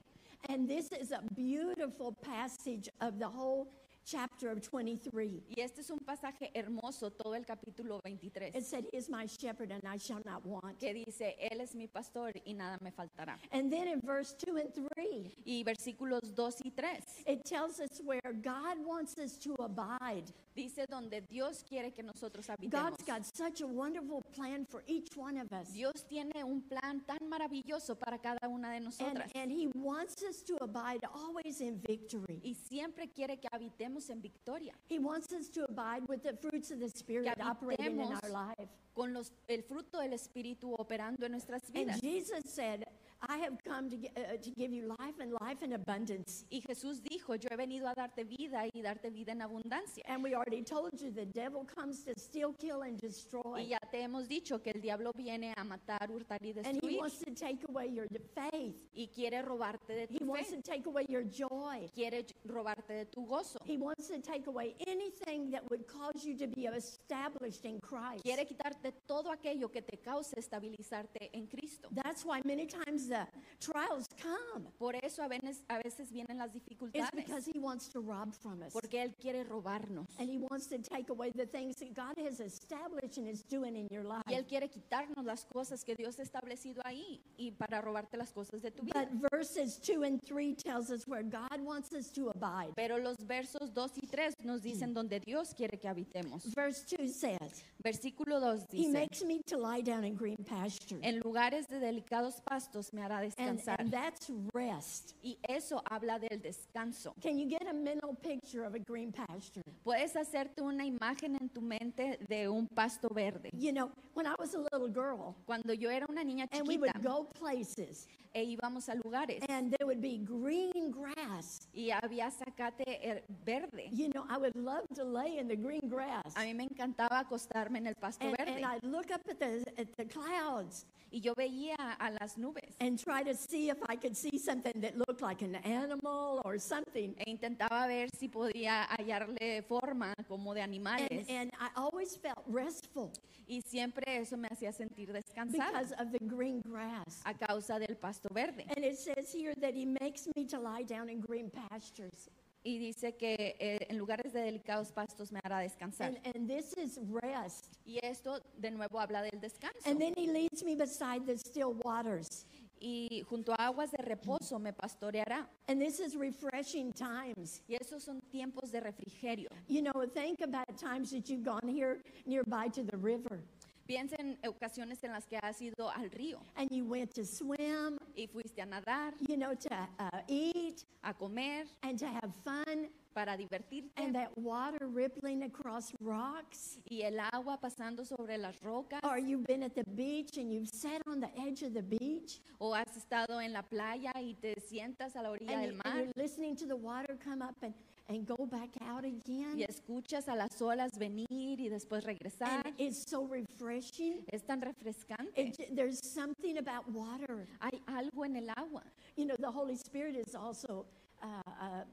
S4: And this is a beautiful passage of the whole chapter of 23.
S3: Y este es un pasaje hermoso, todo el capítulo 23,
S4: It said, He is my shepherd, and I shall not want.
S3: que dice, Él es mi pastor y nada me faltará.
S4: And then in verse 2 and 3,
S3: Y versículos 2 y 3
S4: it tells us where God wants us to abide.
S3: dice donde Dios quiere que nosotros habitemos.
S4: God's got such a wonderful plan for each one of us.
S3: Dios tiene un plan tan maravilloso para cada una de
S4: And,
S3: nosotras
S4: and He wants us to abide always in victory.
S3: y siempre quiere que habitemos en victoria,
S4: He wants us to abide with the fruits of the Spirit
S3: Que
S4: operating in
S3: habitemos
S4: our life.
S3: con los, el fruto del Espíritu operando en nuestras vidas.
S4: And Jesus said, I have come to, gi- uh, to give you life and life in abundance.
S3: Y Jesús dijo, yo he venido a darte vida y darte vida en abundancia.
S4: And we already told you the devil comes to steal, kill, and
S3: Y
S4: destroy.
S3: ya te hemos dicho que el diablo viene a matar, hurtar y
S4: And he
S3: destruir
S4: wants to take away your d- faith.
S3: y quiere robarte de
S4: He
S3: tu
S4: wants
S3: fe,
S4: to take away your joy.
S3: quiere ch- robarte de tu gozo,
S4: He wants to take away anything that would cause you to be established in Christ.
S3: quiere quitarte todo aquello que te cause estabilizarte en Cristo.
S4: That's why many times the trials come.
S3: Por eso a veces, a veces vienen las
S4: It's
S3: dificultades,
S4: because he wants to rob from us.
S3: porque Él quiere robarnos
S4: And he wants to take away the things that God has established and is doing in your life.
S3: y Él quiere quitarnos las cosas que Dios ha establecido ahí y para robarte las cosas de tu vida.
S4: But verses 2 and 3 tells us where God wants us to abide.
S3: Pero los versos 2 y 3 nos dicen donde Dios quiere que habitemos.
S4: Verse 2 says,
S3: Versículo 2
S4: He
S3: dice,
S4: makes me to lie down in green pastures.
S3: en lugares de delicados pastos me hará
S4: And,
S3: descansar.
S4: and that's rest.
S3: Y eso habla del descanso.
S4: Can you get a mental picture of a green pasture?
S3: Puedes hacerte una imagen en tu mente de un pasto verde.
S4: You know, when I was a little girl,
S3: Cuando yo era una niña
S4: and we would
S3: chiquita
S4: go places,
S3: e íbamos a lugares
S4: and there would be green grass.
S3: y había zacate er- verde,
S4: You know, I would love to lay in the green grass.
S3: a mí me encantaba acostarme en el pasto
S4: And,
S3: verde
S4: and I'd look up at the, at the clouds
S3: y yo veía a las nubes
S4: and try to see if I could see something that looked like an animal or something.
S3: e intentaba ver si podía hallarle forma como de
S4: And,
S3: animales
S4: and I always felt restful
S3: y siempre eso me hacía sentir descansada
S4: because of the green grass.
S3: a causa del pasto verde.
S4: And it says here that he makes me to lie down in green pastures.
S3: Y dice que eh, en lugares de delicados pastos me hará descansar.
S4: And, and this is rest.
S3: Y esto de nuevo habla del descanso.
S4: And then he leads me beside the still waters.
S3: y junto a aguas de reposo me pastoreará.
S4: And this is refreshing times.
S3: Y esos son tiempos de refrigerio.
S4: You know, think about times that you've gone here nearby to the river
S3: Piensa en ocasiones en las que has ido al río
S4: and you went to swim,
S3: y fuiste a nadar,
S4: you know, to uh, eat
S3: a comer,
S4: and to have fun.
S3: para divertirte.
S4: And that water rippling across rocks.
S3: y el agua pasando sobre las rocas.
S4: Or you've been at the beach and you've sat on the edge of the beach
S3: o has estado en la playa y te sientas a la orilla
S4: and,
S3: del
S4: you,
S3: mar.
S4: are listening to the water come up and, and go back out again.
S3: y escuchas a las olas venir y después regresar.
S4: And it's so refreshing.
S3: es tan refrescante.
S4: It, ju- there's something about water.
S3: Hay algo en el agua.
S4: You know, the Holy Spirit is also uh, uh,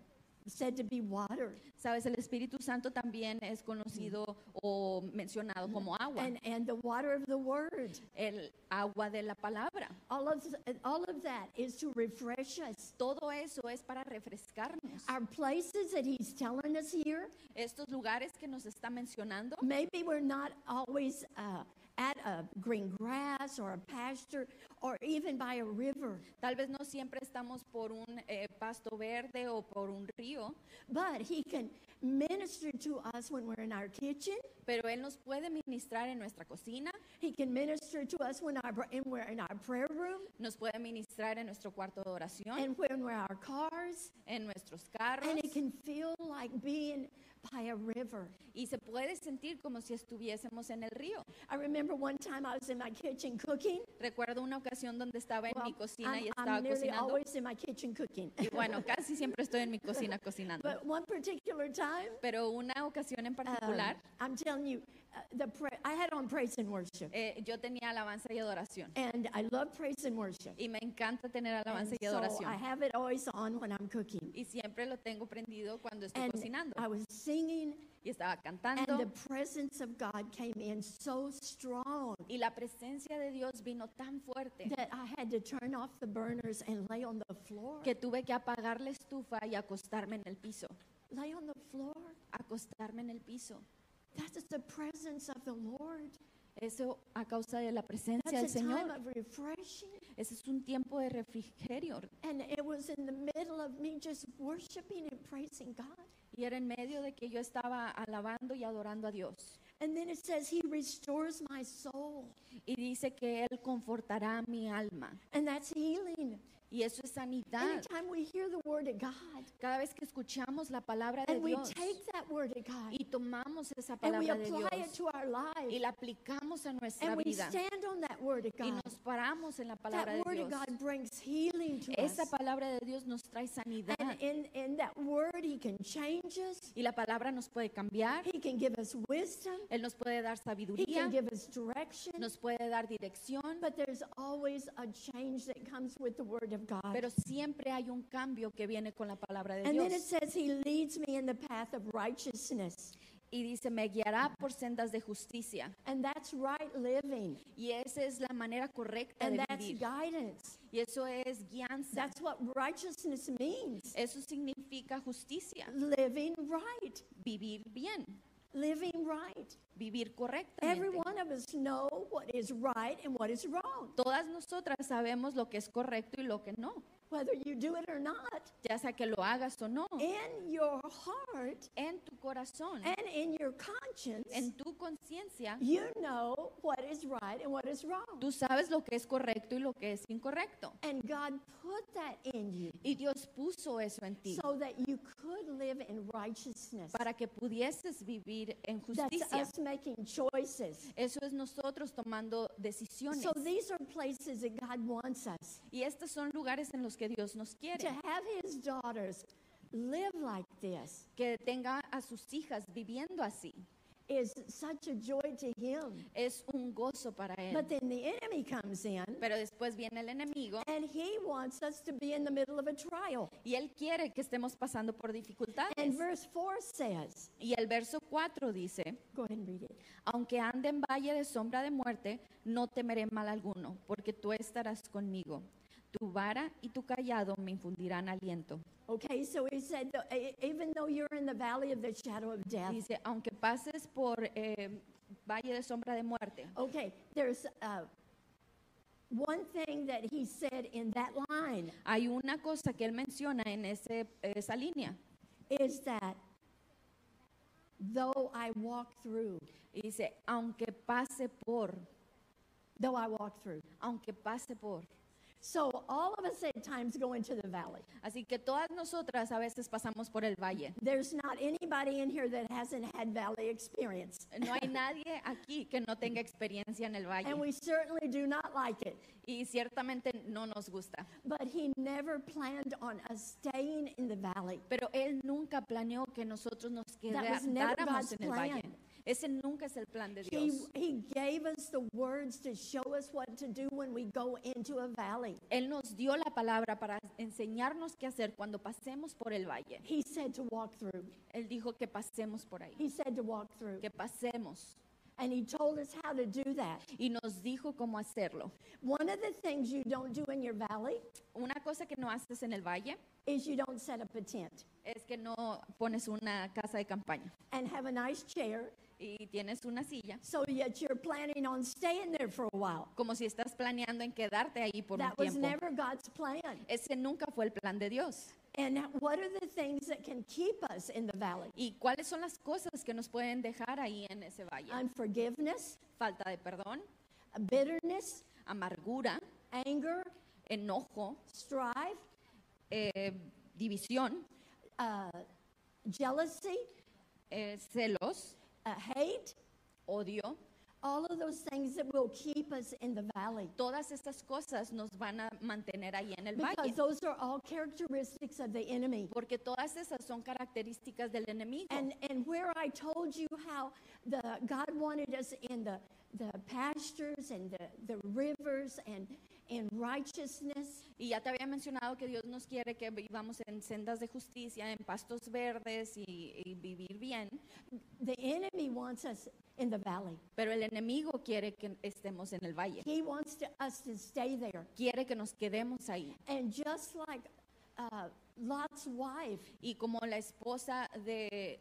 S4: said to be water.
S3: Sabes, el Espíritu Santo también es conocido o mencionado como agua,
S4: And, and the water of the Word.
S3: el agua de la palabra.
S4: All of, th- all of that is to refresh us.
S3: Todo eso es para refrescarnos.
S4: Our places that He's telling us here,
S3: Estos lugares que nos está mencionando,
S4: maybe we're not always uh, at a green grass or a pasture or even by a river,
S3: tal vez no siempre estamos por un eh, pasto verde o por un río,
S4: but He can minister to us when we're in our kitchen.
S3: pero Él nos puede ministrar en nuestra cocina,
S4: He can minister to us when, our, when we're in our prayer room
S3: nos puede ministrar en nuestro cuarto de oración,
S4: and when we're in our cars.
S3: en nuestros carros
S4: And it can feel like being by a river.
S3: y se puede sentir como si estuviésemos en el río.
S4: I remember one time I was in my kitchen cooking.
S3: Recuerdo una ocasión donde estaba en
S4: Well,
S3: mi cocina
S4: I'm,
S3: y
S4: I'm
S3: estaba
S4: nearly
S3: cocinando.
S4: always in my kitchen cooking. [LAUGHS]
S3: Y bueno, casi siempre estoy en mi cocina cocinando.
S4: but one particular time,
S3: Pero una ocasión en
S4: um,
S3: particular,
S4: I'm telling you, uh, the pra- I had on praise and worship.
S3: eh, yo tenía alabanza y adoración.
S4: And I love praise and worship.
S3: Y me encanta tener
S4: And
S3: alabanza y
S4: so I
S3: adoración.
S4: have it always on when I'm cooking.
S3: Y siempre lo tengo prendido cuando estoy
S4: And
S3: cocinando.
S4: I was singing singing,
S3: y estaba
S4: and the
S3: cantando.
S4: presence of God came in so strong
S3: Y la presencia de Dios vino tan fuerte
S4: that I had to turn off the burners and lay on the floor.
S3: que tuve que apagar la estufa y acostarme en el piso.
S4: Lay on the floor.
S3: Acostarme en el piso.
S4: That's the presence of the Lord.
S3: Eso a causa de la presencia del
S4: That's a time
S3: Señor.
S4: of refreshing.
S3: Ese es un tiempo de refrigerio.
S4: And it was in the middle of me just worshiping and praising God.
S3: Y era en medio de que yo estaba alabando y adorando a Dios.
S4: And then it says, He restores my soul.
S3: Y dice que Él confortará mi alma.
S4: And that's healing.
S3: Y eso es sanidad.
S4: Anytime we hear the word of God
S3: Cada vez que escuchamos la palabra de
S4: and we
S3: Dios
S4: take that word of God
S3: y tomamos esa
S4: and we
S3: palabra de
S4: apply
S3: Dios
S4: it to our
S3: y
S4: life
S3: la aplicamos a nuestra
S4: and we
S3: vida
S4: stand on that word of
S3: y
S4: God,
S3: nos paramos en la palabra de
S4: that word of
S3: Dios,
S4: God brings healing to us.
S3: esa palabra de Dios nos trae sanidad
S4: And in, in that word, He can change us,
S3: y la palabra nos puede cambiar,
S4: He can give us wisdom,
S3: Él nos puede dar
S4: He
S3: sabiduría,
S4: can give us direction.
S3: nos puede dar dirección,
S4: But there's always a change that comes with the word of God.
S3: pero siempre hay un cambio que viene con la palabra de
S4: and then it
S3: Dios.
S4: says, He leads me in the path of righteousness.
S3: Y dice, me guiará por sendas de justicia.
S4: And that's right living.
S3: Y esa es la manera correcta
S4: And
S3: de
S4: that's
S3: vivir.
S4: guidance.
S3: Y eso es guianza.
S4: That's what righteousness means.
S3: Eso significa justicia,
S4: Living right.
S3: vivir bien,
S4: Living right.
S3: vivir
S4: Every
S3: correctamente.
S4: one of us know what is right and what is wrong,
S3: Todas nosotras sabemos lo que es correcto y lo que no,
S4: whether you do it or not.
S3: ya sea que lo hagas o no.
S4: In your heart
S3: En tu corazón,
S4: and in your conscience,
S3: en tu conciencia,
S4: you know what is right and what is wrong.
S3: tú sabes lo que es correcto y lo que es incorrecto.
S4: And God put that in you
S3: Y Dios puso eso en ti
S4: so that you could live in righteousness.
S3: para que pudieses vivir en
S4: That's
S3: justicia.
S4: us making choices.
S3: Eso es nosotros tomando decisiones.
S4: So these are places that God wants us
S3: Y estos son lugares en los que Dios nos
S4: to
S3: quiere.
S4: have His daughters live like this
S3: Que tenga a sus hijas viviendo así.
S4: is such a joy to Him.
S3: Es un gozo para Él.
S4: But then the enemy comes in
S3: Pero después viene el enemigo
S4: and he wants us to be in the middle of a trial.
S3: y Él quiere que estemos pasando por dificultades.
S4: And verse 4 says,
S3: Y el verso 4 dice,
S4: Go ahead and read it.
S3: aunque ande en valle de sombra de muerte, no temeré mal alguno, porque tú estarás conmigo. Tu vara y tu callado me infundirán aliento.
S4: Okay, so he said, "Though- e- Even though you're in the valley of the shadow of death,
S3: Dice, aunque pases por eh, valle de sombra de muerte.
S4: okay, there's uh, one thing that he said in that line
S3: Hay una cosa que él menciona en ese- esa línea.
S4: is that though I walk through,
S3: Y dice, aunque pase por,
S4: though I walk through.
S3: aunque pase por.
S4: So all of us at times go into the valley.
S3: Así que todas nosotras a veces pasamos por el valle.
S4: There's not anybody in here that hasn't had valley experience.
S3: No hay nadie aquí que no tenga experiencia en el valle.
S4: And we certainly do not like it.
S3: Y ciertamente no nos gusta.
S4: But he never planned on us staying in the valley.
S3: Pero Él nunca planeó que nosotros nos
S4: was never
S3: quedáramos
S4: God's
S3: en el valle.
S4: plan.
S3: Ese nunca es el plan de
S4: He,
S3: Dios.
S4: he gave us the words to show us what to do when we go into a valley.
S3: Él nos dio la palabra para enseñarnos qué hacer cuando pasemos por el valle.
S4: He said to walk through.
S3: Él dijo que pasemos por ahí,
S4: He said to walk through.
S3: que pasemos.
S4: And he told us how to do that.
S3: Y nos dijo cómo hacerlo.
S4: One of the things you don't do in your valley
S3: Una cosa que no haces en el valle
S4: is you don't set up a tent
S3: es que no pones una casa de campaña
S4: and have a nice chair
S3: y tienes una silla,
S4: So yet you're planning on staying there for a while.
S3: como si estás planeando en quedarte ahí por un
S4: That was
S3: tiempo.
S4: never God's plan.
S3: Ese nunca fue el plan de Dios.
S4: And what are the things that can keep us in the valley?
S3: ¿Y cuáles son las cosas que nos pueden dejar ahí en ese valle?
S4: Unforgiveness,
S3: Falta de perdón,
S4: bitterness,
S3: amargura,
S4: anger,
S3: enojo,
S4: strife,
S3: eh, división,
S4: uh, jealousy,
S3: eh, celos,
S4: uh, hate,
S3: odio.
S4: all of those things that will keep us in the valley.
S3: Todas estas cosas nos van a mantener ahí en el valle.
S4: Because those are all characteristics of the enemy.
S3: Porque todas esas son características del enemigo.
S4: And, and where I told you how the, God wanted us in the, the pastures and the, the rivers and, in righteousness.
S3: Y ya te había mencionado que Dios nos quiere que vivamos en sendas de justicia, en pastos verdes y, y vivir bien,
S4: The enemy wants us in the valley.
S3: pero el enemigo quiere que estemos en el valle,
S4: He wants to, us to stay there.
S3: quiere que nos quedemos ahí.
S4: And just like uh, Lot's wife,
S3: Y como la esposa de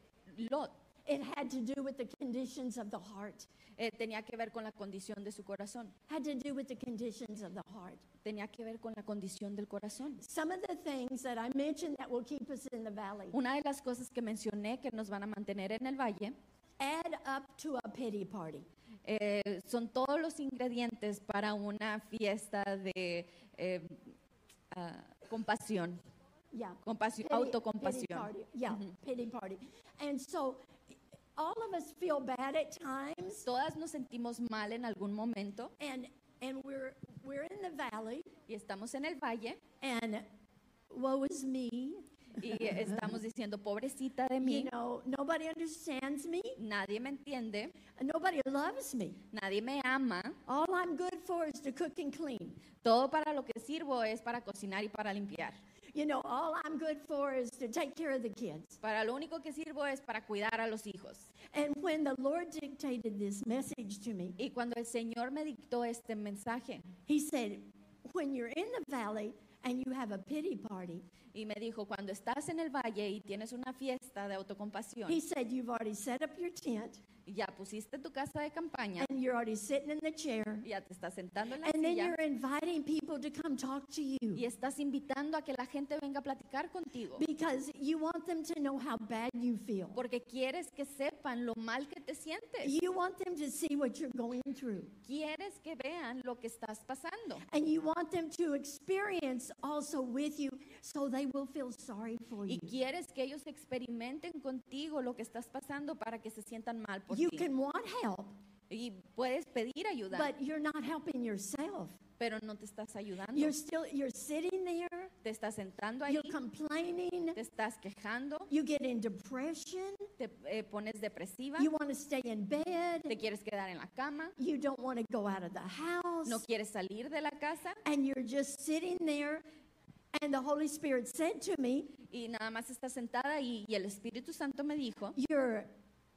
S3: Lot
S4: it had to do with the conditions of the heart.
S3: eh, tenía que ver con la condición de su corazón,
S4: Had to do with the conditions of the heart.
S3: tenía que ver con la condición del corazón.
S4: Some of the things that I mentioned that will keep us in the valley
S3: Una de las cosas que mencioné que nos van a mantener en el valle
S4: add up to a pity party.
S3: eh, son todos los ingredientes para una fiesta de eh, ah, compasión.
S4: Yeah.
S3: Compasión,
S4: pity
S3: autocompasión.
S4: party. Yeah, pity party. And so all of us feel bad at times
S3: Todas nos sentimos mal en algún momento
S4: and and we're we're in the valley
S3: y estamos en el valle
S4: and woe is me.
S3: y estamos diciendo, pobrecita de
S4: You
S3: mí,
S4: know, nobody understands me.
S3: nadie me entiende,
S4: Nobody loves me.
S3: nadie me ama,
S4: All I'm good for is to cook and clean.
S3: todo para lo que sirvo es para cocinar y para limpiar.
S4: You know, all I'm good for is to take care of the kids.
S3: Para lo único que sirvo es para cuidar a los hijos.
S4: And when the Lord dictated this message to me,
S3: Y cuando el Señor me dictó este mensaje
S4: He said, When you're in the valley and you have a pity party,
S3: y me dijo, cuando estás en el valle y tienes una fiesta de autocompasión,
S4: He said, You've already set up your tent
S3: y ya pusiste tu casa de campaña,
S4: and you're already sitting in the chair.
S3: y ya te estás sentando en la
S4: And then
S3: silla
S4: you're inviting people to come talk to
S3: y
S4: you
S3: estás invitando a que la gente venga a platicar contigo.
S4: because you want them to know how bad you feel.
S3: Porque quieres que sepan lo mal que te sientes.
S4: You want them to see what you're going through.
S3: Quieres que vean lo que estás pasando.
S4: And you want them to experience also with you so they will feel sorry for
S3: Y
S4: you.
S3: quieres que ellos experimenten contigo lo que estás pasando para que se sientan mal por
S4: You
S3: ti.
S4: can want help,
S3: Y puedes pedir ayuda,
S4: but you're not helping yourself.
S3: pero no te estás ayudando.
S4: You're still you're sitting there,
S3: Te estás sentando ahí,
S4: you're complaining,
S3: te estás quejando,
S4: you get in depression,
S3: te eh, pones depresiva,
S4: you want to stay in bed,
S3: te quieres quedar en la cama,
S4: you don't want to go out of the house,
S3: no quieres salir de la casa
S4: and you're just sitting there. And the Holy Spirit said to me,
S3: y nada más estás sentada y, y el Espíritu Santo me dijo,
S4: You're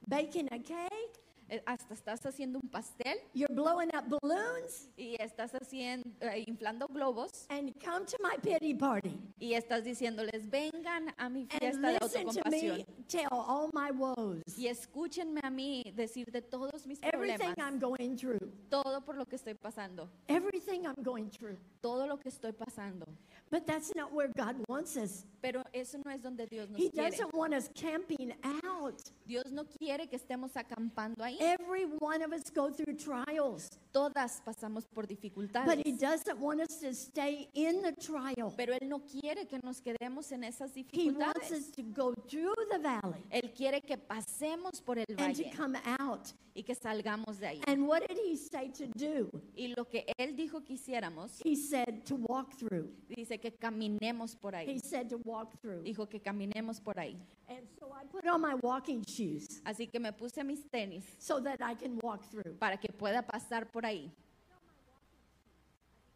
S4: baking a cake,
S3: eh, hasta estás haciendo un pastel
S4: you're blowing up balloons,
S3: y estás haciendo, eh, inflando globos
S4: and come to my pity party.
S3: y estás diciéndoles, vengan a mi
S4: And
S3: fiesta de
S4: listen to me
S3: autocompasión
S4: tell all my woes,
S3: y escúchenme a mí decir de todos mis
S4: everything
S3: problemas,
S4: I'm going through,
S3: todo por lo que estoy pasando,
S4: everything I'm going through.
S3: todo lo que estoy pasando.
S4: But that's not where God wants us.
S3: Pero eso no es donde Dios nos
S4: He
S3: quiere.
S4: doesn't want us camping out.
S3: Dios no quiere que estemos acampando ahí.
S4: Every one of us go through trials,
S3: Todas pasamos por dificultades.
S4: but He doesn't want us to stay in the trial.
S3: Pero Él no quiere que nos quedemos en esas
S4: He wants
S3: dificultades.
S4: us to go through the valley
S3: Él quiere que pasemos por el
S4: and to
S3: valle
S4: come out.
S3: y que salgamos de ahí.
S4: And what did He say to do?
S3: Y lo que Él dijo que hiciéramos,
S4: He said to walk through.
S3: dice que caminemos por
S4: He
S3: ahí.
S4: said to walk through.
S3: Dijo que caminemos por ahí.
S4: And so I put on my walking shoes
S3: Así que me puse mis tenis
S4: so that I can walk through.
S3: para que pueda pasar por ahí,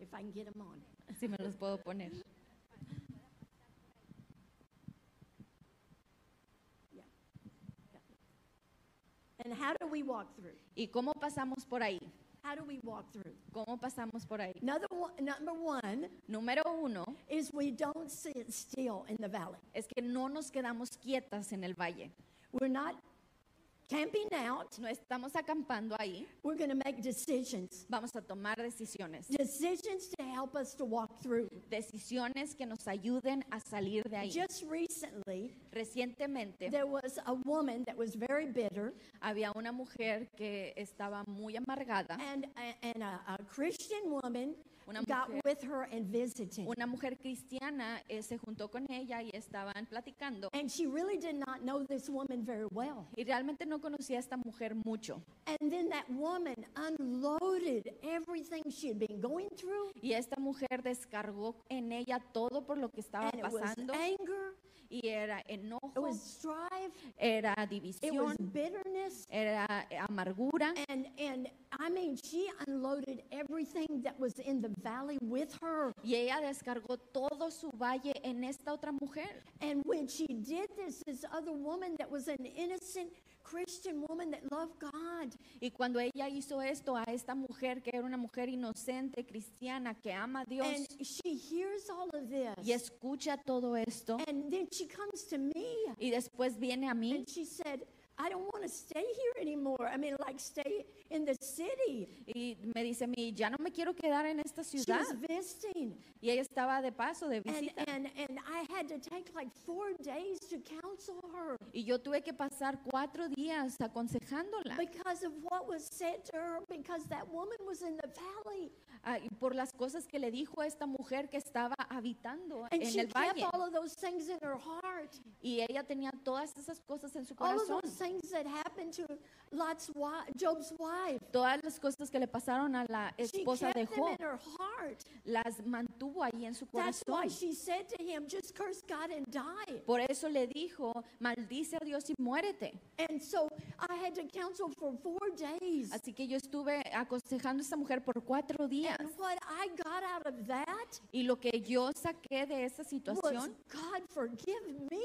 S4: if I can get them on.
S3: si me los puedo poner.
S4: And how do we walk through?
S3: ¿Y cómo pasamos por ahí?
S4: How do we walk through?
S3: ¿Cómo pasamos por ahí?
S4: Another one, number one
S3: Número uno
S4: is we don't sit still in the valley.
S3: es que no nos quedamos quietas en el valle.
S4: We're not camping out.
S3: No estamos acampando ahí,
S4: We're going to make decisions.
S3: vamos a tomar decisiones.
S4: Decisions to help us to walk through.
S3: Decisiones que nos ayuden a salir de ahí.
S4: Just recently,
S3: Recientemente
S4: there was a woman that was very bitter,
S3: había una mujer que estaba muy amargada,
S4: and, and a, a Christian woman
S3: Uh-huh. Una
S4: got
S3: mujer.
S4: with her and visited.
S3: una mujer cristiana eh, se juntó con ella y estaban platicando.
S4: And she really did not know this woman very well.
S3: Y realmente no conocía a esta mujer mucho.
S4: And then that woman unloaded everything she had been going through.
S3: Y esta mujer descargó en ella todo por lo que estaba
S4: And it was
S3: pasando. Oh.
S4: anger,
S3: y era
S4: It
S3: enojo,
S4: was strife,
S3: era
S4: it was
S3: división,
S4: bitterness.
S3: era eh, amargura.
S4: And, and I mean, she unloaded everything that was in the valley with her.
S3: Y ella descargó todo su valle en esta otra mujer.
S4: And when she did this, this other woman that was an innocent Christian woman that loved God,
S3: Y cuando ella hizo esto a esta mujer, que era una mujer inocente, cristiana, que ama a Dios,
S4: and she hears all of this.
S3: y escucha todo esto,
S4: And then she comes to me
S3: y después viene a mí
S4: and she said, I don't want to stay here anymore. I mean, like, stay in the city.
S3: y me dice a mí, ya no me quiero quedar en esta
S4: She
S3: ciudad.
S4: was visiting.
S3: Y ella estaba de paso, de
S4: And,
S3: visita.
S4: and, and I had to take like four days to counsel her
S3: Y yo tuve que pasar cuatro días aconsejándola
S4: because of what was said to her, because that woman was in the valley.
S3: ah, y por las cosas que le dijo a esta mujer que estaba habitando
S4: And
S3: en
S4: she
S3: el
S4: kept
S3: valle.
S4: all of those things in her heart,
S3: Y ella tenía todas esas cosas en su
S4: all of
S3: corazón.
S4: those things that happened to Lot's wife, Job's wife.
S3: Todas las cosas que le pasaron a la
S4: She
S3: esposa
S4: kept
S3: de
S4: them
S3: Job
S4: in her heart.
S3: las mantuvo ahí en su
S4: That's why
S3: corazón.
S4: she said to him, just curse God and die.
S3: Por eso le dijo, maldice a Dios y muérete.
S4: And so I had to counsel for four days.
S3: Así que yo estuve aconsejando a esta mujer por cuatro días.
S4: And what I got out of that
S3: Y lo que yo saqué de esa
S4: was,
S3: situación
S4: God, forgive me.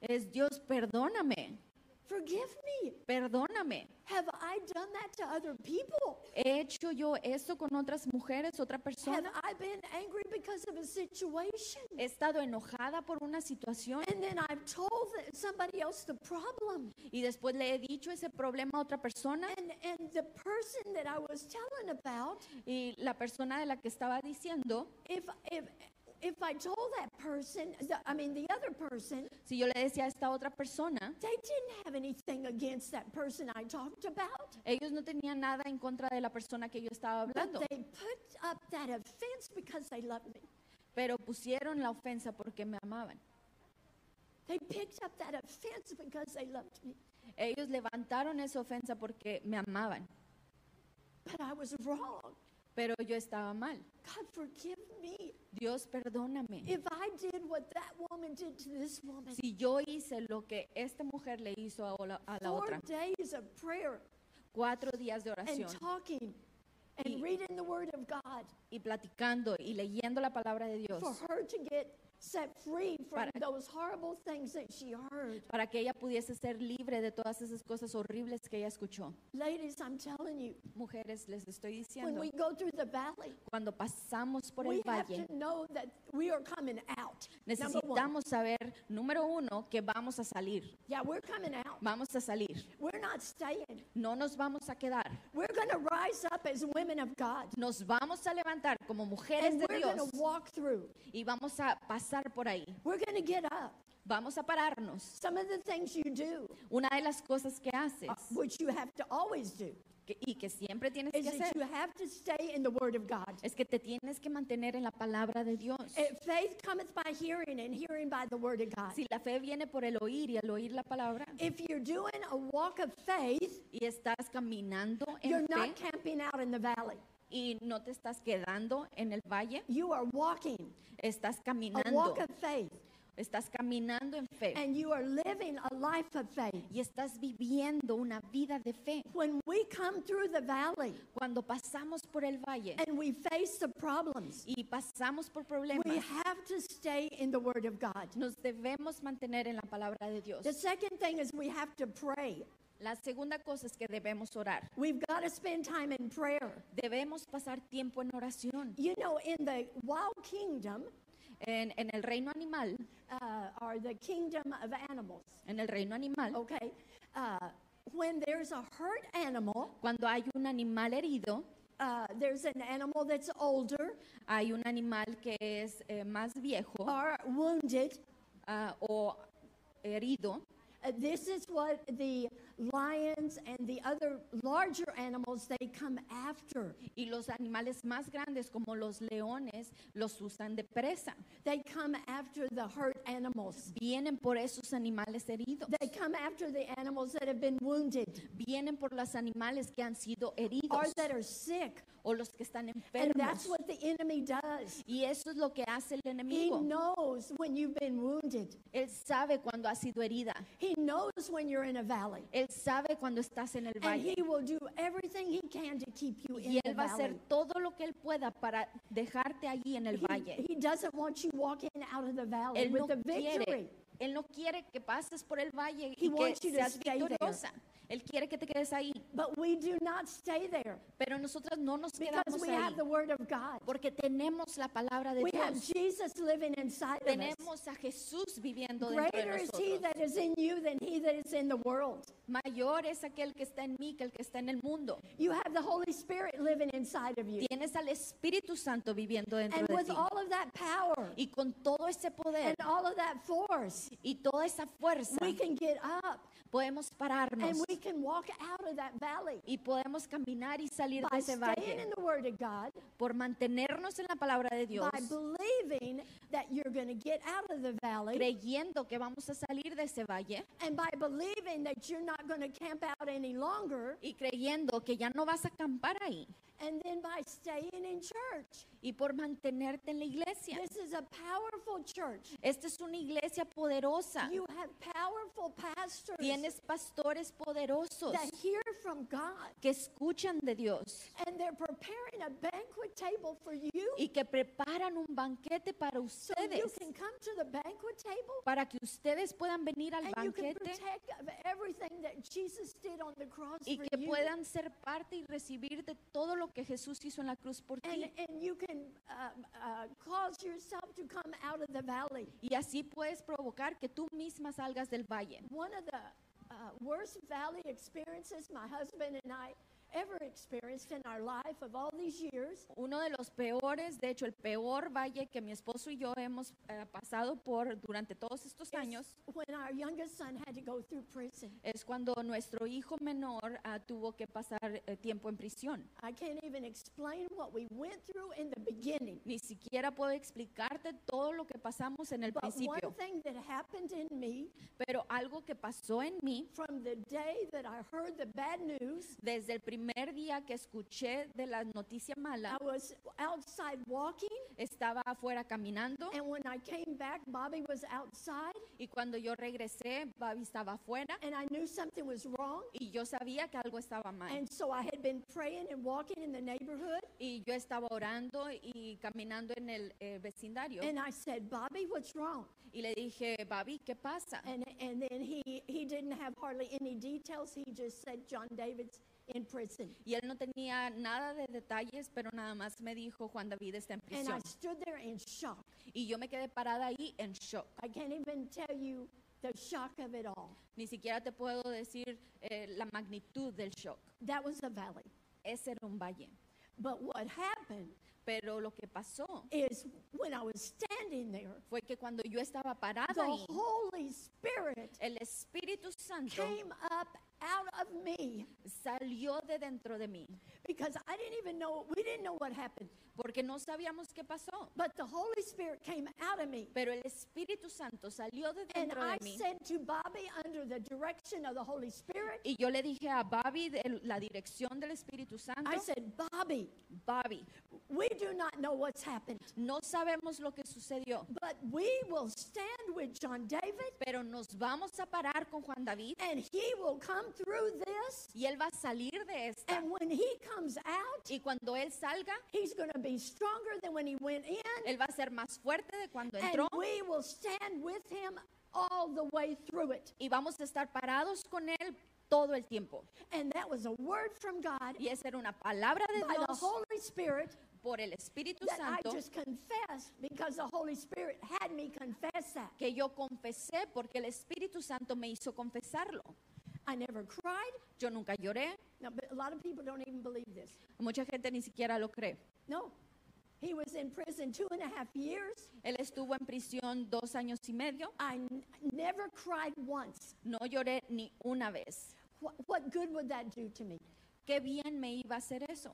S3: es, Dios, perdóname,
S4: Forgive me.
S3: perdóname.
S4: Have I done that to other people?
S3: ¿He hecho yo esto con otras mujeres, otra
S4: Have
S3: persona?
S4: I been angry because of a situation?
S3: He estado enojada por una situación
S4: And then I've told th- somebody else the problem.
S3: y después le he dicho ese problema a otra persona
S4: And, and the person that I was telling about,
S3: y la persona de la que estaba diciendo,
S4: if, if, if I told that person, the, I mean the other person,
S3: si yo le decía a esta otra persona,
S4: they didn't have anything against that person I talked about.
S3: ellos no tenían nada en contra de la persona que yo estaba
S4: But
S3: hablando,
S4: they put up that offense because they loved me.
S3: pero pusieron la ofensa porque me amaban.
S4: They picked up that offense because they loved me.
S3: Ellos levantaron esa ofensa porque me amaban,
S4: But I was wrong.
S3: pero yo estaba mal.
S4: God, forgive me.
S3: Dios, perdóname.
S4: If I did what that woman did to this woman,
S3: Si yo hice lo que esta mujer le hizo a la, a la
S4: four
S3: otra,
S4: days of prayer
S3: cuatro días de
S4: and
S3: oración
S4: talking and
S3: Y-
S4: reading the Word of God
S3: y platicando y leyendo la palabra de Dios
S4: for her to get set free from
S3: Para-
S4: those horrible things that she heard.
S3: para que ella pudiese ser libre de todas esas cosas horribles que ella escuchó.
S4: Ladies, I'm telling you,
S3: Mujeres, les estoy
S4: when
S3: diciendo,
S4: we go through the valley,
S3: cuando pasamos por
S4: we
S3: el
S4: have
S3: valle,
S4: to know that we are coming out. Number one.
S3: Necesitamos saber, número uno, que vamos a salir.
S4: Yeah, we're coming out.
S3: Vamos a salir.
S4: We're not staying.
S3: No nos vamos a quedar.
S4: We're going to rise up as women of God.
S3: Nos vamos a levantar como mujeres
S4: And
S3: de
S4: we're going
S3: Dios
S4: to walk through.
S3: y vamos a pasar por ahí.
S4: We're going to get up.
S3: Vamos a pararnos.
S4: Some of the things you do,
S3: Una de las cosas que haces
S4: uh, which you have to always do,
S3: que- y que siempre tienes
S4: is
S3: que
S4: that
S3: hacer
S4: you have to stay in the Word of God.
S3: es que te tienes que mantener en la palabra de Dios.
S4: Eh, faith cometh by hearing, and hearing by the Word of God.
S3: Si la fe viene por el oír y al oír la palabra
S4: If you're doing a walk of faith,
S3: y estás caminando
S4: you're
S3: en fe
S4: not camping out in the valley.
S3: y no te estás quedando en el valle,
S4: You are walking
S3: estás
S4: a
S3: caminando,
S4: walk of faith,
S3: estás caminando en fe.
S4: and you are living a life of faith.
S3: y estás viviendo una vida de fe.
S4: When we come through the valley
S3: Cuando pasamos por el valle
S4: and we face the problems,
S3: y pasamos por
S4: we
S3: problemas,
S4: have to stay in the Word of God.
S3: nos debemos mantener en la palabra de Dios.
S4: The second thing is we have to pray.
S3: La segunda cosa es que debemos orar.
S4: We've got to spend time in prayer.
S3: Debemos pasar tiempo en oración.
S4: You know, in the wild kingdom,
S3: En, en el reino animal,
S4: uh, or the kingdom of animals,
S3: en el reino animal,
S4: okay, uh, when there's a hurt animal,
S3: cuando hay un animal herido,
S4: uh, there's an animal that's older
S3: hay un animal que
S4: Oh.
S3: es eh, más viejo
S4: or wounded,
S3: ah, o herido,
S4: uh, this is what the lions and the other larger animals they come after.
S3: Y los animales más grandes, como los leones, los usan de presa.
S4: They come after the hurt animals.
S3: Vienen por esos animales heridos.
S4: They come after the animals that have been wounded
S3: Vienen por los animales que han sido
S4: or
S3: heridos
S4: that are sick.
S3: o los que están
S4: And that's
S3: enfermos.
S4: what the enemy does.
S3: Y eso es lo que hace el
S4: He
S3: enemigo.
S4: knows when you've been wounded.
S3: Él sabe cuando has sido herida.
S4: He knows when you're in a valley.
S3: Él sabe cuando estás en el
S4: And
S3: valle.
S4: he will do everything he can to keep you in
S3: Y
S4: the
S3: él va a
S4: valley.
S3: hacer todo lo que él pueda para dejarte allí en el
S4: He-
S3: valle.
S4: He doesn't want you walking out of the valley
S3: Él no
S4: with the victory.
S3: quiere, él no quiere que pases por el valle
S4: He
S3: y que
S4: wants you to
S3: seas
S4: stay there.
S3: victoriosa. Él quiere que te quedes ahí,
S4: But we do not stay there
S3: pero nosotros no nos
S4: because
S3: quedamos
S4: we have
S3: ahí
S4: the word of God.
S3: porque tenemos la palabra de
S4: We have
S3: Dios.
S4: Jesus living inside of us.
S3: Tenemos a Jesús viviendo dentro de
S4: Greater is he
S3: nosotros.
S4: that is in you than he that is in the world.
S3: Mayor es aquel que está en mí que el que está en el mundo.
S4: You have the Holy Spirit living inside of you.
S3: Tienes al Espíritu Santo viviendo dentro
S4: And
S3: de
S4: with
S3: ti.
S4: all of that power
S3: Y con todo ese poder
S4: and all of that force,
S3: y toda esa fuerza
S4: we can get up
S3: podemos
S4: and
S3: pararnos
S4: we can walk out of that valley
S3: y podemos caminar y salir de
S4: by
S3: ese
S4: staying
S3: valle
S4: in the Word of God,
S3: por mantenernos en la palabra de Dios,
S4: by believing that you're going to get out of the valley,
S3: creyendo que vamos a salir de ese valle
S4: and by believing that you're not going to camp out any longer,
S3: y creyendo que ya no vas a acampar ahí
S4: and then by staying in church.
S3: y por mantenerte en la iglesia.
S4: This is a powerful church.
S3: Esta es una iglesia poderosa.
S4: You have powerful pastors
S3: Tienes pastores poderosos
S4: that hear from God,
S3: que escuchan de Dios
S4: and they're preparing a banquet table for you
S3: y que preparan un banquete para
S4: so you
S3: ustedes,
S4: can come to the banquet table
S3: para que ustedes puedan venir al
S4: and you can
S3: banquete
S4: protect of everything that Jesus did on the cross
S3: y
S4: for
S3: que
S4: you.
S3: puedan ser parte y recibir de todo lo que Jesús hizo en la cruz por
S4: And,
S3: ti.
S4: and you can um, uh, cause yourself to come out of the valley.
S3: Y así puedes provocar que tú misma salgas del valle.
S4: One of the uh, worst valley experiences my husband and I ever experienced in our life of all these years
S3: Uno de los peores, de hecho el peor valle que mi esposo y yo hemos eh, pasado por durante todos estos años
S4: is when our youngest son had to go through prison.
S3: es cuando nuestro hijo menor ah, tuvo que pasar eh, tiempo en prisión.
S4: I can't even explain what we went through in the beginning.
S3: Ni siquiera puedo explicarte todo lo que pasamos en el
S4: But one
S3: principio,
S4: thing that happened in me
S3: pero algo que pasó en mí
S4: from the day that I heard the bad news
S3: desde el primer día que escuché de la noticia mala,
S4: I was outside walking,
S3: estaba afuera caminando
S4: and when I came back, Bobby was outside,
S3: y cuando yo regresé, Babi estaba afuera
S4: and I knew something was wrong.
S3: y yo sabía que algo estaba mal.
S4: And so I had been praying and walking in the neighborhood,
S3: Y yo estaba orando y caminando en el eh, vecindario
S4: and I said, Bobby, what's wrong?
S3: y le dije, Babi, ¿qué pasa?
S4: And, and then he, he didn't have hardly any details. He just said, John David's in prison.
S3: Y él no tenía nada de detalles, pero nada más me dijo, Juan David está en
S4: And I
S3: prisión.
S4: stood there in shock.
S3: Y yo me quedé parada ahí en shock.
S4: I can't even tell you the shock of it all.
S3: Ni siquiera te puedo decir eh, la magnitud del shock.
S4: That was a valley.
S3: Ese era un valle.
S4: But what happened
S3: Pero lo que pasó
S4: is when I was standing there,
S3: fue que cuando yo estaba
S4: the
S3: parada ahí,
S4: Holy Spirit
S3: el Espíritu Santo
S4: came up out of me
S3: salió de dentro de mí,
S4: because I didn't even know, we didn't know what happened.
S3: porque no sabíamos qué pasó.
S4: But the Holy Spirit came out of me.
S3: Pero el Espíritu Santo salió de
S4: And
S3: dentro
S4: I
S3: de mí.
S4: said to Bobby, under the direction of the Holy Spirit,
S3: Y yo le dije a Bobby de la dirección del Espíritu Santo,
S4: I said, Bobby,
S3: Bobby,
S4: we do not know what's happened,
S3: no sabemos lo que sucedió,
S4: but we will stand with John David
S3: pero nos vamos a parar con Juan David
S4: and he will come through this.
S3: y él va a salir de esta.
S4: And when he comes out,
S3: Y cuando él salga,
S4: he's going to be stronger than when he went in.
S3: él va a ser más fuerte de cuando
S4: And
S3: entró
S4: we will stand with him all the way through it.
S3: y vamos a estar parados con él todo el tiempo.
S4: And that was a word from God
S3: Y esa era una palabra de
S4: by the
S3: Dios
S4: Holy Spirit
S3: por el Espíritu
S4: that I
S3: Santo
S4: just confessed because the Holy Spirit had me confess that.
S3: que yo confesé porque el Espíritu Santo me hizo confesarlo.
S4: I never cried.
S3: Yo nunca lloré,
S4: Now, but a lot of people don't even believe this.
S3: mucha gente ni siquiera lo cree.
S4: No, He was in prison two and a half years.
S3: Él estuvo en prisión dos años y medio.
S4: I n- never cried once.
S3: No lloré ni una vez.
S4: What, what good would that do to me?
S3: Qué bien me iba a hacer eso.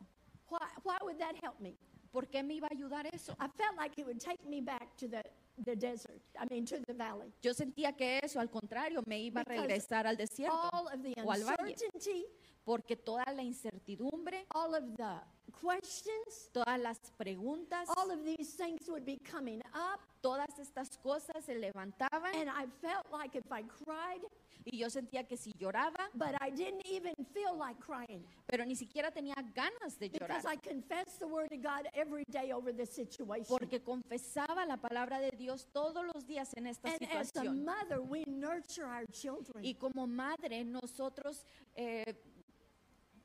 S4: Why, why would that help me?
S3: ¿Por qué me iba a ayudar eso?
S4: I felt like it would take me back to the, the desert, I mean, to the valley.
S3: Yo sentía que eso, al contrario, me iba a
S4: Because
S3: regresar al desierto,
S4: All of the
S3: o al valle.
S4: uncertainty,
S3: porque toda la incertidumbre,
S4: all of the questions,
S3: todas las preguntas,
S4: all of these things would be coming up.
S3: todas estas cosas se levantaban
S4: And I felt like if I cried,
S3: y yo sentía que si lloraba,
S4: but I didn't even feel like crying
S3: pero ni siquiera tenía ganas de llorar,
S4: because I confessed the word of God every day over this situation.
S3: porque confesaba la palabra de Dios todos los días en esta
S4: And as a
S3: situación.
S4: mother, we nurture our children.
S3: Y como madre, nosotros eh,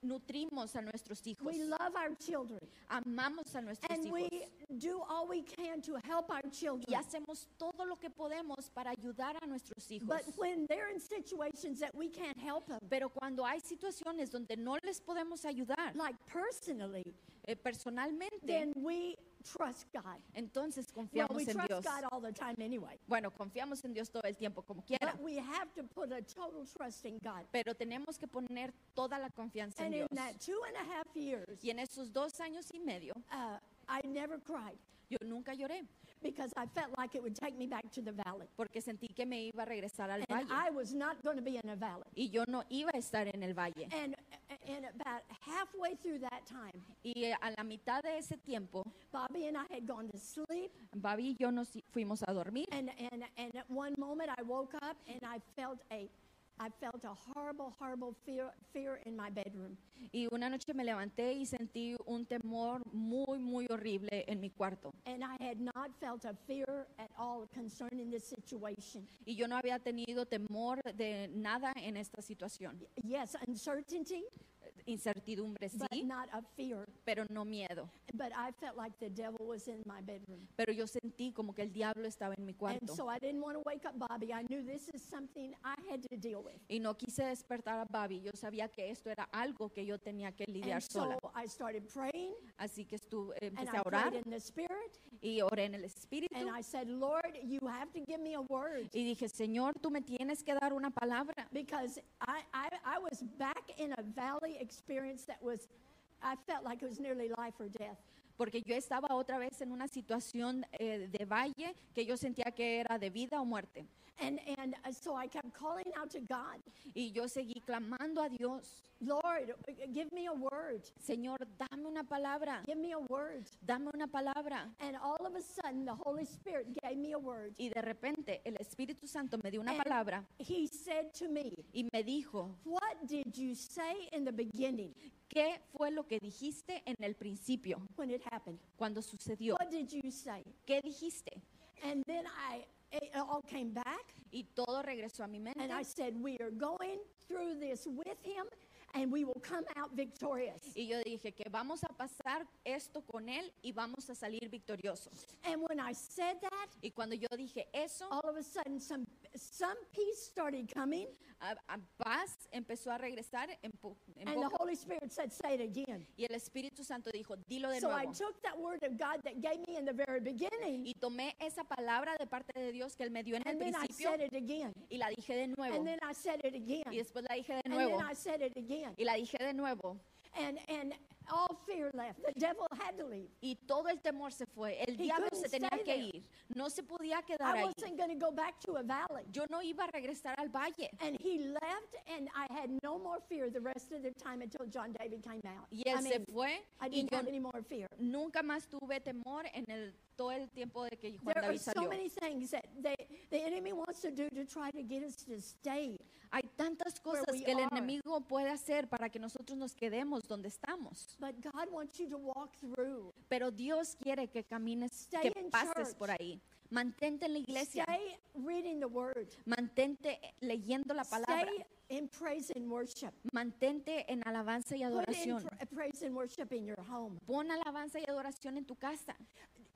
S3: nutrimos a nuestros hijos,
S4: We love our children.
S3: amamos a nuestros
S4: And
S3: hijos
S4: we do all we can to help our
S3: y
S4: children.
S3: hacemos todo lo que podemos para ayudar a nuestros hijos.
S4: But when they're in situations that we can't help them,
S3: Pero cuando hay situaciones donde no les podemos ayudar
S4: like personally,
S3: eh, personalmente,
S4: then we trust God.
S3: entonces
S4: Well,
S3: confiamos
S4: we
S3: en
S4: trust
S3: Dios.
S4: God all the time anyway.
S3: Bueno, confiamos en Dios todo el tiempo, como quiera,
S4: But we have to put a total trust in God.
S3: pero tenemos que poner toda la confianza en
S4: And in
S3: Dios.
S4: that two and a half years,
S3: Y en esos dos años y medio,
S4: uh, I never cried
S3: yo nunca lloré,
S4: because I felt like it would take me back to the valley.
S3: porque sentí que me iba a regresar al valle.
S4: And I was not going to be in a valley.
S3: y yo no iba a estar en el valle.
S4: And, and about halfway through that time,
S3: Y eh, a la mitad de ese tiempo,
S4: Bobby and I had gone to sleep.
S3: Babi y yo nos i- fuimos a dormir
S4: And, and, and at one moment I woke up and I felt a, I felt a horrible, horrible fear, fear in my bedroom.
S3: y una noche me levanté y sentí un temor muy, muy horrible en mi cuarto.
S4: And I had not felt a fear at all concerning this situation.
S3: Y yo no había tenido temor de nada en esta situación.
S4: Yes, uncertainty,
S3: Incertidumbre
S4: but
S3: sí,
S4: not a fear.
S3: pero no miedo.
S4: But I felt like the devil was in my bedroom.
S3: Pero yo sentí como que el diablo estaba en mi
S4: And
S3: cuarto.
S4: so I didn't want to wake up Bobby. I knew this is something I had to deal with.
S3: Y no quise despertar a Babi. Yo sabía que esto era algo que yo tenía que lidiar
S4: And so
S3: sola.
S4: I started praying
S3: Así que estuve,
S4: and
S3: empecé
S4: I
S3: a orar
S4: prayed in the spirit.
S3: y oré en el Espíritu.
S4: And I said, Lord, you have to give me a word.
S3: Y dije, Señor, tú me tienes que dar una palabra.
S4: Because I, I, I was back in a valley experience that was, I felt like it was nearly life or death.
S3: Porque yo estaba otra vez en una situación eh, de valle que yo sentía que era de vida o muerte.
S4: And, and uh, so I kept calling out to God,
S3: Y yo seguí clamando a Dios,
S4: Lord, uh, give me a word.
S3: Señor, dame una palabra,
S4: Give me a word.
S3: dame una palabra.
S4: And all of a sudden, the Holy Spirit gave me a word.
S3: Y de repente el Espíritu Santo me dio una
S4: And
S3: palabra
S4: He said to me,
S3: y me dijo,
S4: What did you say in the beginning
S3: ¿qué fue lo que dijiste en el principio,
S4: when it happened?
S3: cuando sucedió?
S4: What did you say?
S3: ¿Qué dijiste?
S4: And then I, it all came back.
S3: Y todo regresó a mi mente.
S4: And I said, We are going through this with him and we will come out victorious.
S3: Y yo dije que vamos a pasar esto con Él y vamos a salir victoriosos.
S4: And when I said that,
S3: Y cuando yo dije eso,
S4: all of a sudden some some peace started coming
S3: a, a paz empezó a regresar en, po- en
S4: and the
S3: poco.
S4: Holy Spirit said, Say it again.
S3: Y el Espíritu Santo dijo, dilo de
S4: So I
S3: nuevo.
S4: took that word of God that gave me in the very beginning
S3: Y tomé esa palabra de parte de Dios que Él me dio en el
S4: and then I
S3: principio
S4: said it again.
S3: y la dije de nuevo.
S4: And then I said it again.
S3: Y después la dije de
S4: And then
S3: nuevo.
S4: I said it again.
S3: Y la dije de nuevo.
S4: And and all fear left. The devil had to leave.
S3: Y todo el temor se fue. El
S4: He
S3: diablo
S4: couldn't
S3: se tenía
S4: stay
S3: que
S4: there.
S3: ir. No se podía quedar
S4: I
S3: ahí.
S4: wasn't going to go back to a valley.
S3: Yo no iba a regresar al valle.
S4: And he left, and I had no more fear the rest of the time until John David came out.
S3: Y él
S4: I
S3: se
S4: mean,
S3: fue
S4: I
S3: y
S4: didn't
S3: yo
S4: have any more fear.
S3: nunca más tuve temor en el, todo el tiempo de que Juan
S4: There are
S3: David
S4: so
S3: salió.
S4: many things that they, the enemy wants to do to try to get us to stay.
S3: Hay tantas
S4: where
S3: cosas
S4: we
S3: que el
S4: are.
S3: enemigo puede hacer para que nosotros nos quedemos donde estamos.
S4: But God wants you to walk through.
S3: Pero Dios quiere que camines,
S4: Stay
S3: que
S4: in
S3: pases
S4: church.
S3: por ahí. Mantente en la iglesia.
S4: Stay reading the word.
S3: Mantente leyendo la palabra.
S4: Stay in praise and worship.
S3: Mantente en alabanza y
S4: Put in
S3: adoración.
S4: pra- praise and worship in your home.
S3: Pon alabanza y adoración en tu casa.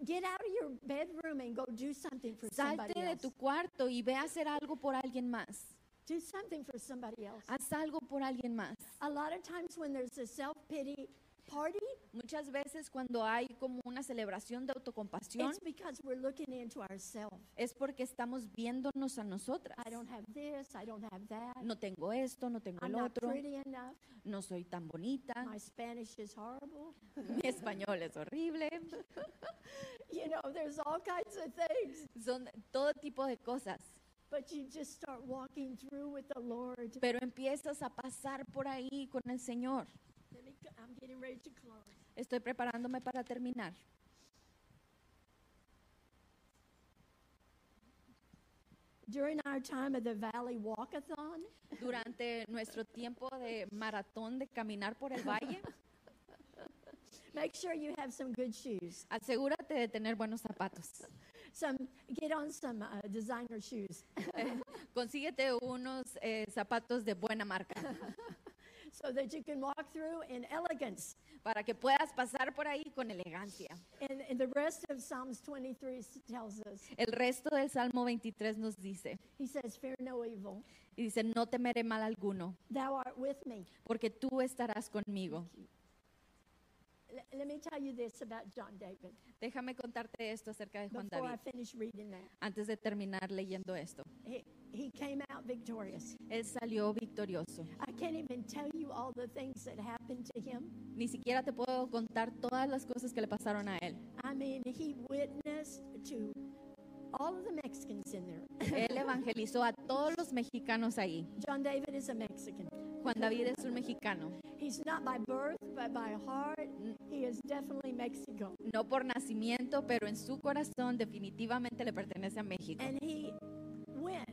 S4: Get out of your bedroom and go do something for somebody
S3: Salte de
S4: else.
S3: tu cuarto y ve a hacer algo por alguien más.
S4: Do something for
S3: Ah.
S4: somebody else.
S3: Haz algo por alguien más.
S4: A lot of times when there's a self-pity party,
S3: Muchas veces cuando hay como una celebración de autocompasión
S4: It's because we're looking into ourselves.
S3: es porque estamos viéndonos a nosotras.
S4: I don't have this, I don't have that.
S3: No tengo esto, no Ah. tengo
S4: I'm
S3: el
S4: not
S3: otro,
S4: pretty enough.
S3: no soy tan bonita,
S4: My Spanish is horrible.
S3: [LAUGHS]
S4: [LAUGHS]
S3: mi español es horrible.
S4: You know, there's all kinds of things.
S3: Son todo tipo de cosas.
S4: But you just start walking through with the Lord.
S3: Pero empiezas a pasar por ahí con el Señor.
S4: Let me, c- I'm getting ready to close.
S3: Estoy preparándome para terminar.
S4: During our time of the Valley Walkathon,
S3: Durante nuestro tiempo de maratón de caminar por el valle,
S4: make sure you have some good shoes.
S3: asegúrate de tener buenos zapatos.
S4: Some get on some uh, designer shoes [LAUGHS]
S3: Consíguete unos eh, zapatos de buena marca
S4: so that you can walk through in elegance.
S3: para que puedas pasar por ahí con elegancia.
S4: And, and the rest of Psalms 23 s- tells us,
S3: El resto del Salmo 23 nos dice,
S4: he says, "Fear no evil.
S3: y dice, no temeré mal alguno,
S4: Thou art with me."
S3: porque tú estarás conmigo.
S4: L- let me tell you this about John David
S3: Déjame contarte esto acerca de Juan
S4: before I
S3: David,
S4: finish reading that.
S3: antes de terminar leyendo esto.
S4: He, he came out victorious.
S3: Él salió victorioso.
S4: I can't even tell you all the things that happened to him.
S3: Ni siquiera te puedo contar todas las cosas que le pasaron a él.
S4: I mean, he witnessed to all of the Mexicans in there. [LAUGHS]
S3: Él evangelizó a todos los mexicanos ahí.
S4: John David is a Mexican.
S3: Juan David es un mexicano.
S4: He's not by birth, but by heart. He is definitely Mexico.
S3: No por nacimiento, pero en su corazón definitivamente le pertenece a México.
S4: And he went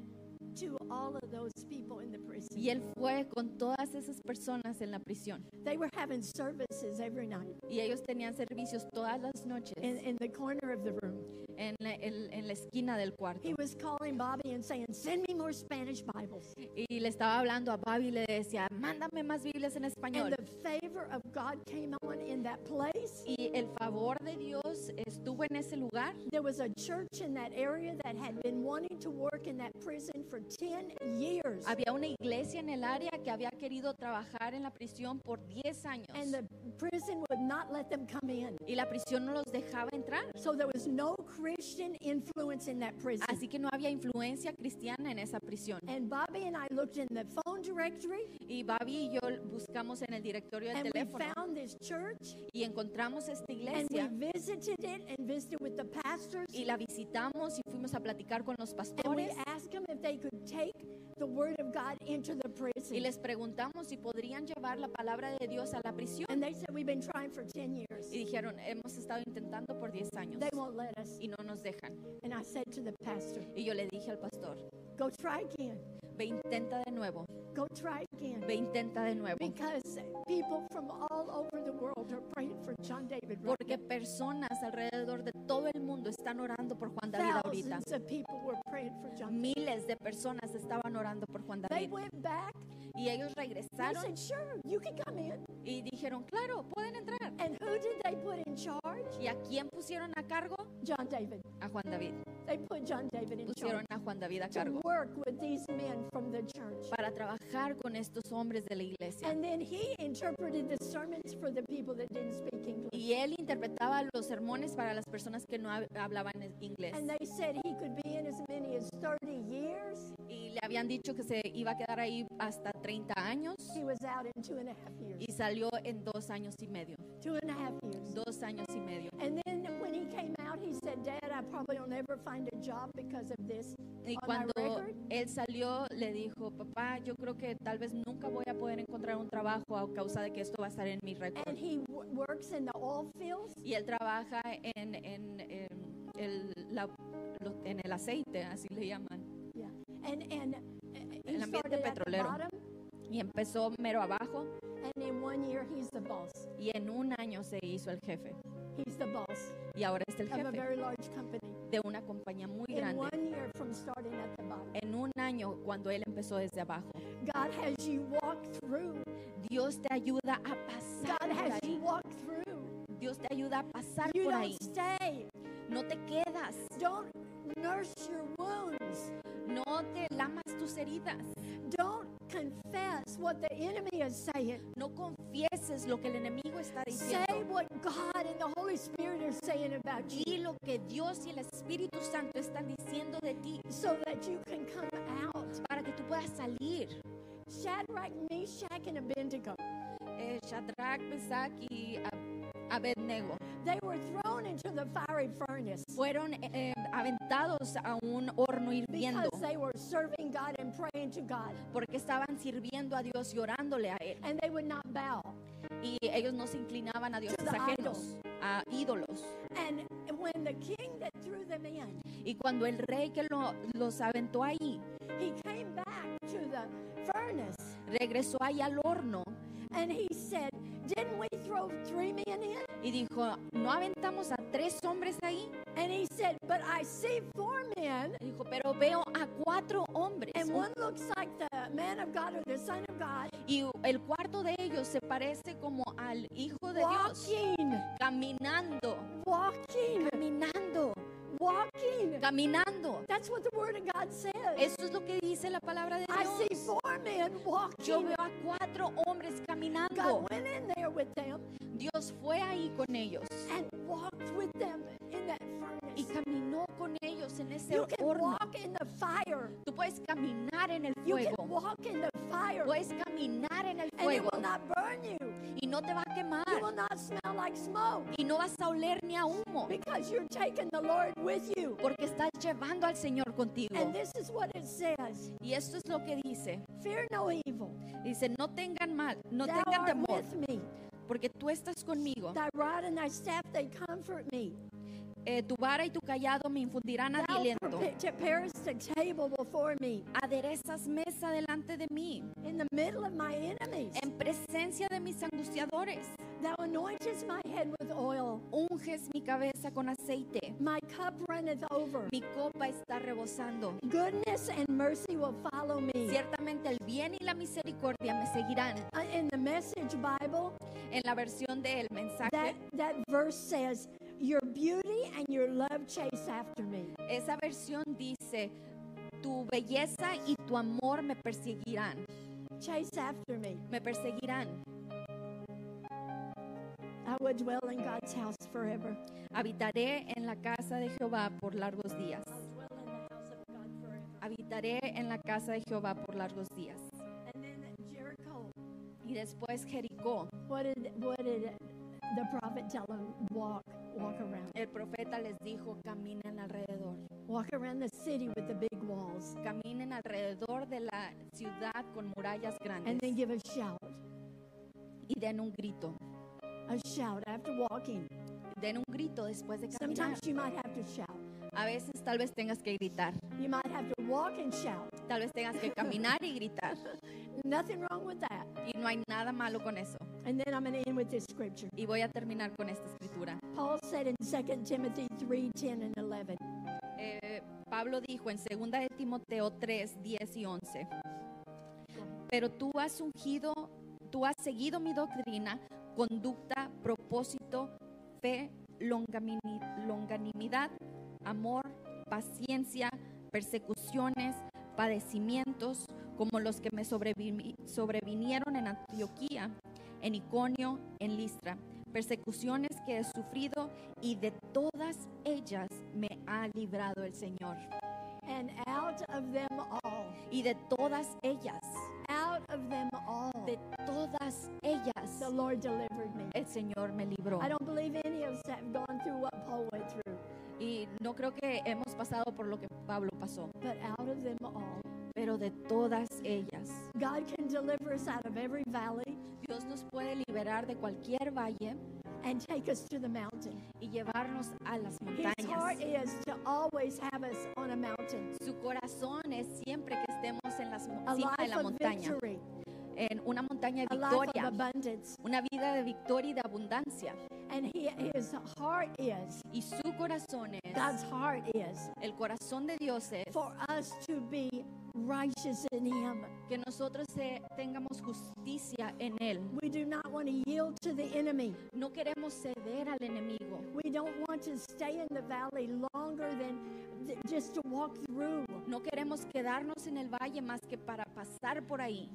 S4: to all of those people in the prison.
S3: Y él fue con todas esas personas en la prisión.
S4: They were having services every night
S3: Y ellos tenían servicios todas las noches
S4: in, in the corner of the room.
S3: en la, en- en la esquina del cuarto.
S4: He was calling Bobby and saying, Send me more Spanish Bibles.
S3: Y le estaba hablando a Babi y le decía, mándame más Biblias en español.
S4: And the favor of God came on in that place.
S3: Y el favor de Dios estuvo en ese lugar.
S4: There was a church in that area that had been wanting to work in that prison for 10 years.
S3: Había una iglesia en el área que había querido trabajar en la prisión por 10 años.
S4: And the prison would not let them come in.
S3: Y la prisión no los dejaba entrar.
S4: So there was no Christian influence in that prison.
S3: Así que no había influencia cristiana en esa prisión.
S4: And Bobby and I looked in the phone directory
S3: Y Babi y yo buscamos en el directorio del
S4: and we
S3: teléfono
S4: found this church
S3: y encontramos esta
S4: and we
S3: iglesia
S4: visited it and visited with the pastors
S3: y la visitamos y fuimos a platicar con los
S4: and we
S3: pastores
S4: asked them if they could take the word of God into the
S3: y
S4: prison.
S3: les preguntamos si podrían llevar la palabra de Dios a la prisión.
S4: And they said, We've been trying for 10 years.
S3: Y dijeron, hemos estado intentando por 10 años
S4: They won't let us.
S3: y no nos dejan.
S4: And I said to the pastor,
S3: Y yo le dije al pastor,
S4: Go try again.
S3: ve intenta de nuevo,
S4: Go try again.
S3: ve intenta de nuevo.
S4: Because people from all over the world are praying for John David. right
S3: Porque personas alrededor de todo el mundo están orando por Juan David ahorita.
S4: Thousands of people were praying for John.
S3: Miles de personas estaban orando por Juan
S4: They
S3: David.
S4: went back.
S3: Y ellos
S4: They
S3: regresaron
S4: said, sure, you can come in.
S3: y dijeron, claro, pueden entrar.
S4: And who did they put in charge?
S3: ¿Y a quién pusieron a cargo?
S4: John David.
S3: A Juan David.
S4: They put John David in charge
S3: Pusieron a Juan David a
S4: to
S3: cargo
S4: work with these men from the church.
S3: para trabajar con estos hombres de la iglesia.
S4: And then he interpreted the sermons for the people that didn't speak English.
S3: Y él interpretaba los sermones para las personas que no hab- hablaban es- inglés.
S4: And they said he could be in as many as 30 years.
S3: Y le habían dicho que se iba a quedar ahí hasta 30 años
S4: He was out in two and a half years.
S3: y salió en dos años y medio.
S4: Two and a half years.
S3: Dos años y medio.
S4: And then when he came out, he said, Dad, I probably will never find a job because of this
S3: Y
S4: on my
S3: cuando
S4: record.
S3: él salió, le dijo, papá, yo creo que tal vez nunca voy a poder encontrar un trabajo a causa de que esto va a estar en mi récord.
S4: And he w- works in the oil fields.
S3: Y él trabaja en, en, en el, la- lo- en el aceite, así le llaman.
S4: Yeah. And, and uh, he
S3: El ambiente
S4: started at the
S3: petrolero.
S4: bottom,
S3: Y empezó mero abajo
S4: and in one year, he's the boss.
S3: y en un año se hizo el jefe.
S4: He's the boss
S3: Y ahora es el
S4: of a
S3: jefe
S4: very large company.
S3: de una compañía muy
S4: In
S3: grande. Eh.
S4: one year from starting at the bottom.
S3: En un año cuando él empezó desde abajo.
S4: God has you walk through.
S3: Dios te ayuda a pasar
S4: God
S3: por
S4: has you
S3: ahí.
S4: walk through.
S3: Dios te ayuda a pasar
S4: You
S3: por ahí.
S4: don't stay.
S3: No te quedas.
S4: Don't nurse your wounds.
S3: No te lamas tus heridas.
S4: Don't confess what the enemy is saying.
S3: No confieses lo que el enemigo está
S4: Say
S3: diciendo.
S4: what God and the Holy Spirit are saying about you
S3: Y lo que Dios y el Espíritu Santo están diciendo de ti
S4: so that you can come out.
S3: para que tú puedas salir.
S4: Shadrach, Meshach, and Abednego,
S3: Eh, Shadrach, Mesach y Ab- Abednego
S4: they were thrown into the fiery furnace
S3: fueron eh, aventados a un horno hirviendo
S4: because they were serving God and praying to God.
S3: porque estaban sirviendo a Dios y orándole a Él.
S4: And they would not bow.
S3: Y ellos no se inclinaban a dioses
S4: the
S3: ajenos, a ídolos.
S4: And when the king that threw them in,
S3: Y cuando el rey que lo- los aventó ahí
S4: he came back to the furnace
S3: regresó ahí al horno
S4: and he said, Didn't we throw three men in?
S3: y dijo, ¿no aventamos a tres hombres ahí?
S4: And he said, But I see four men,
S3: Y dijo, pero veo a cuatro hombres.
S4: and one looks like the man of God or the son of God
S3: Y el cuarto de ellos se parece como al Hijo Oh, de Dios.
S4: walking,
S3: Caminando,
S4: walking,
S3: caminando,
S4: walking.
S3: caminando.
S4: That's what the word of God says.
S3: Eso es lo que dice la palabra de
S4: I see
S3: Dios.
S4: four men
S3: Yo
S4: walking.
S3: veo a cuatro hombres caminando.
S4: God went in there with them
S3: Dios fue ahí con ellos
S4: and walked with them in that
S3: y
S4: furnace.
S3: caminó con ellos en ese
S4: You can
S3: horno.
S4: walk in the fire.
S3: Tú puedes caminar en el
S4: You can
S3: fuego.
S4: walk in the fire,
S3: Puedes caminar en el
S4: and it
S3: fuego
S4: will not burn you.
S3: y no te va a
S4: You will
S3: quemar
S4: not smell like smoke
S3: y no vas a oler ni a humo
S4: because you're taking the Lord with you.
S3: porque estás llevando al Señor contigo.
S4: And this is what it says
S3: Y esto es lo que dice.
S4: Fear no evil.
S3: Dice, no tengan mal, no
S4: Thou
S3: tengan
S4: art
S3: temor,
S4: with me.
S3: porque tú estás conmigo.
S4: Thy rod and thy staff, they comfort me.
S3: Eh, tu vara y tu callado me infundirán
S4: Thou
S3: aliento.
S4: prepa- preparest a table before me
S3: Aderezas mesa delante de mí,
S4: in the middle of my enemies.
S3: en presencia de mis angustiadores.
S4: Thou anointest my head with oil.
S3: Unges mi cabeza con aceite,
S4: My cup runneth over.
S3: mi copa está rebosando.
S4: Goodness and mercy will follow me.
S3: Ciertamente el bien y la misericordia me seguirán.
S4: Uh, In the Message Bible,
S3: En la versión del
S4: that,
S3: mensaje,
S4: that verse says, Your beauty and your love chase after me.
S3: esa versión dice, tu belleza y tu amor me perseguirán,
S4: Chase after me.
S3: me perseguirán.
S4: I will dwell in God's house forever.
S3: Habitaré en la casa de Jehová por largos días.
S4: dwell in the house of God forever.
S3: Habitaré en la casa de Jehová por largos días.
S4: And then Jericho,
S3: Y después Jericó,
S4: what did what did the prophet tell him? Walk, walk around,
S3: el profeta les dijo, caminen alrededor,
S4: walk around the city with the big walls,
S3: caminen alrededor de la ciudad con murallas
S4: and then
S3: grandes
S4: give a shout,
S3: y den un grito,
S4: a shout after walking.
S3: den un grito después de caminar.
S4: Sometimes you might have to shout.
S3: A veces tal vez tengas que gritar,
S4: You might have to walk and shout.
S3: tal vez tengas que caminar y gritar.
S4: Nothing wrong with that.
S3: Y no hay nada malo con eso.
S4: And then I'm going to end with this scripture.
S3: Y voy a terminar con esta escritura.
S4: Paul said in 2 Timothy 3, 10 and 11,
S3: Eh, Pablo dijo en 2 de Timoteo 3, 10 y 11, pero tú has ungido, tú has seguido mi doctrina, conducta, propósito, fe, longamini- longanimidad, amor, paciencia, persecuciones, padecimientos, como los que me sobrevi- sobrevinieron en Antioquía, en Iconio, en Listra, persecuciones que he sufrido y de todas ellas me ha librado el Señor.
S4: and out of them all,
S3: Y de todas ellas,
S4: out of them all,
S3: de todas ellas,
S4: the Lord delivered me.
S3: el Señor me libró.
S4: I don't believe any of us have gone through what Paul went through,
S3: Y no creo que hemos pasado por lo que Pablo pasó,
S4: but out of them all,
S3: pero de todas ellas.
S4: God can deliver us out of every valley
S3: Dios nos puede liberar de cualquier valle
S4: and take us to the mountain.
S3: y llevarnos a las
S4: His heart
S3: montañas.
S4: is to always have us on a mountain,
S3: Su corazón es siempre que estemos en las mo-
S4: a
S3: cima de
S4: life
S3: la
S4: of
S3: montaña,
S4: victory,
S3: en una montaña
S4: a
S3: de
S4: life of
S3: victoria,
S4: abundance.
S3: una vida de victoria y de abundancia.
S4: And he, his heart is,
S3: Y su corazón es,
S4: God's heart is,
S3: el corazón de Dios es
S4: for us to be righteous in Him.
S3: que nosotros eh, tengamos justicia en Él.
S4: We do not want to yield to the enemy.
S3: No queremos ceder al enemigo.
S4: We don't want to stay in the valley longer than th- just to walk through.
S3: No queremos quedarnos en el valle más que para pasar por ahí.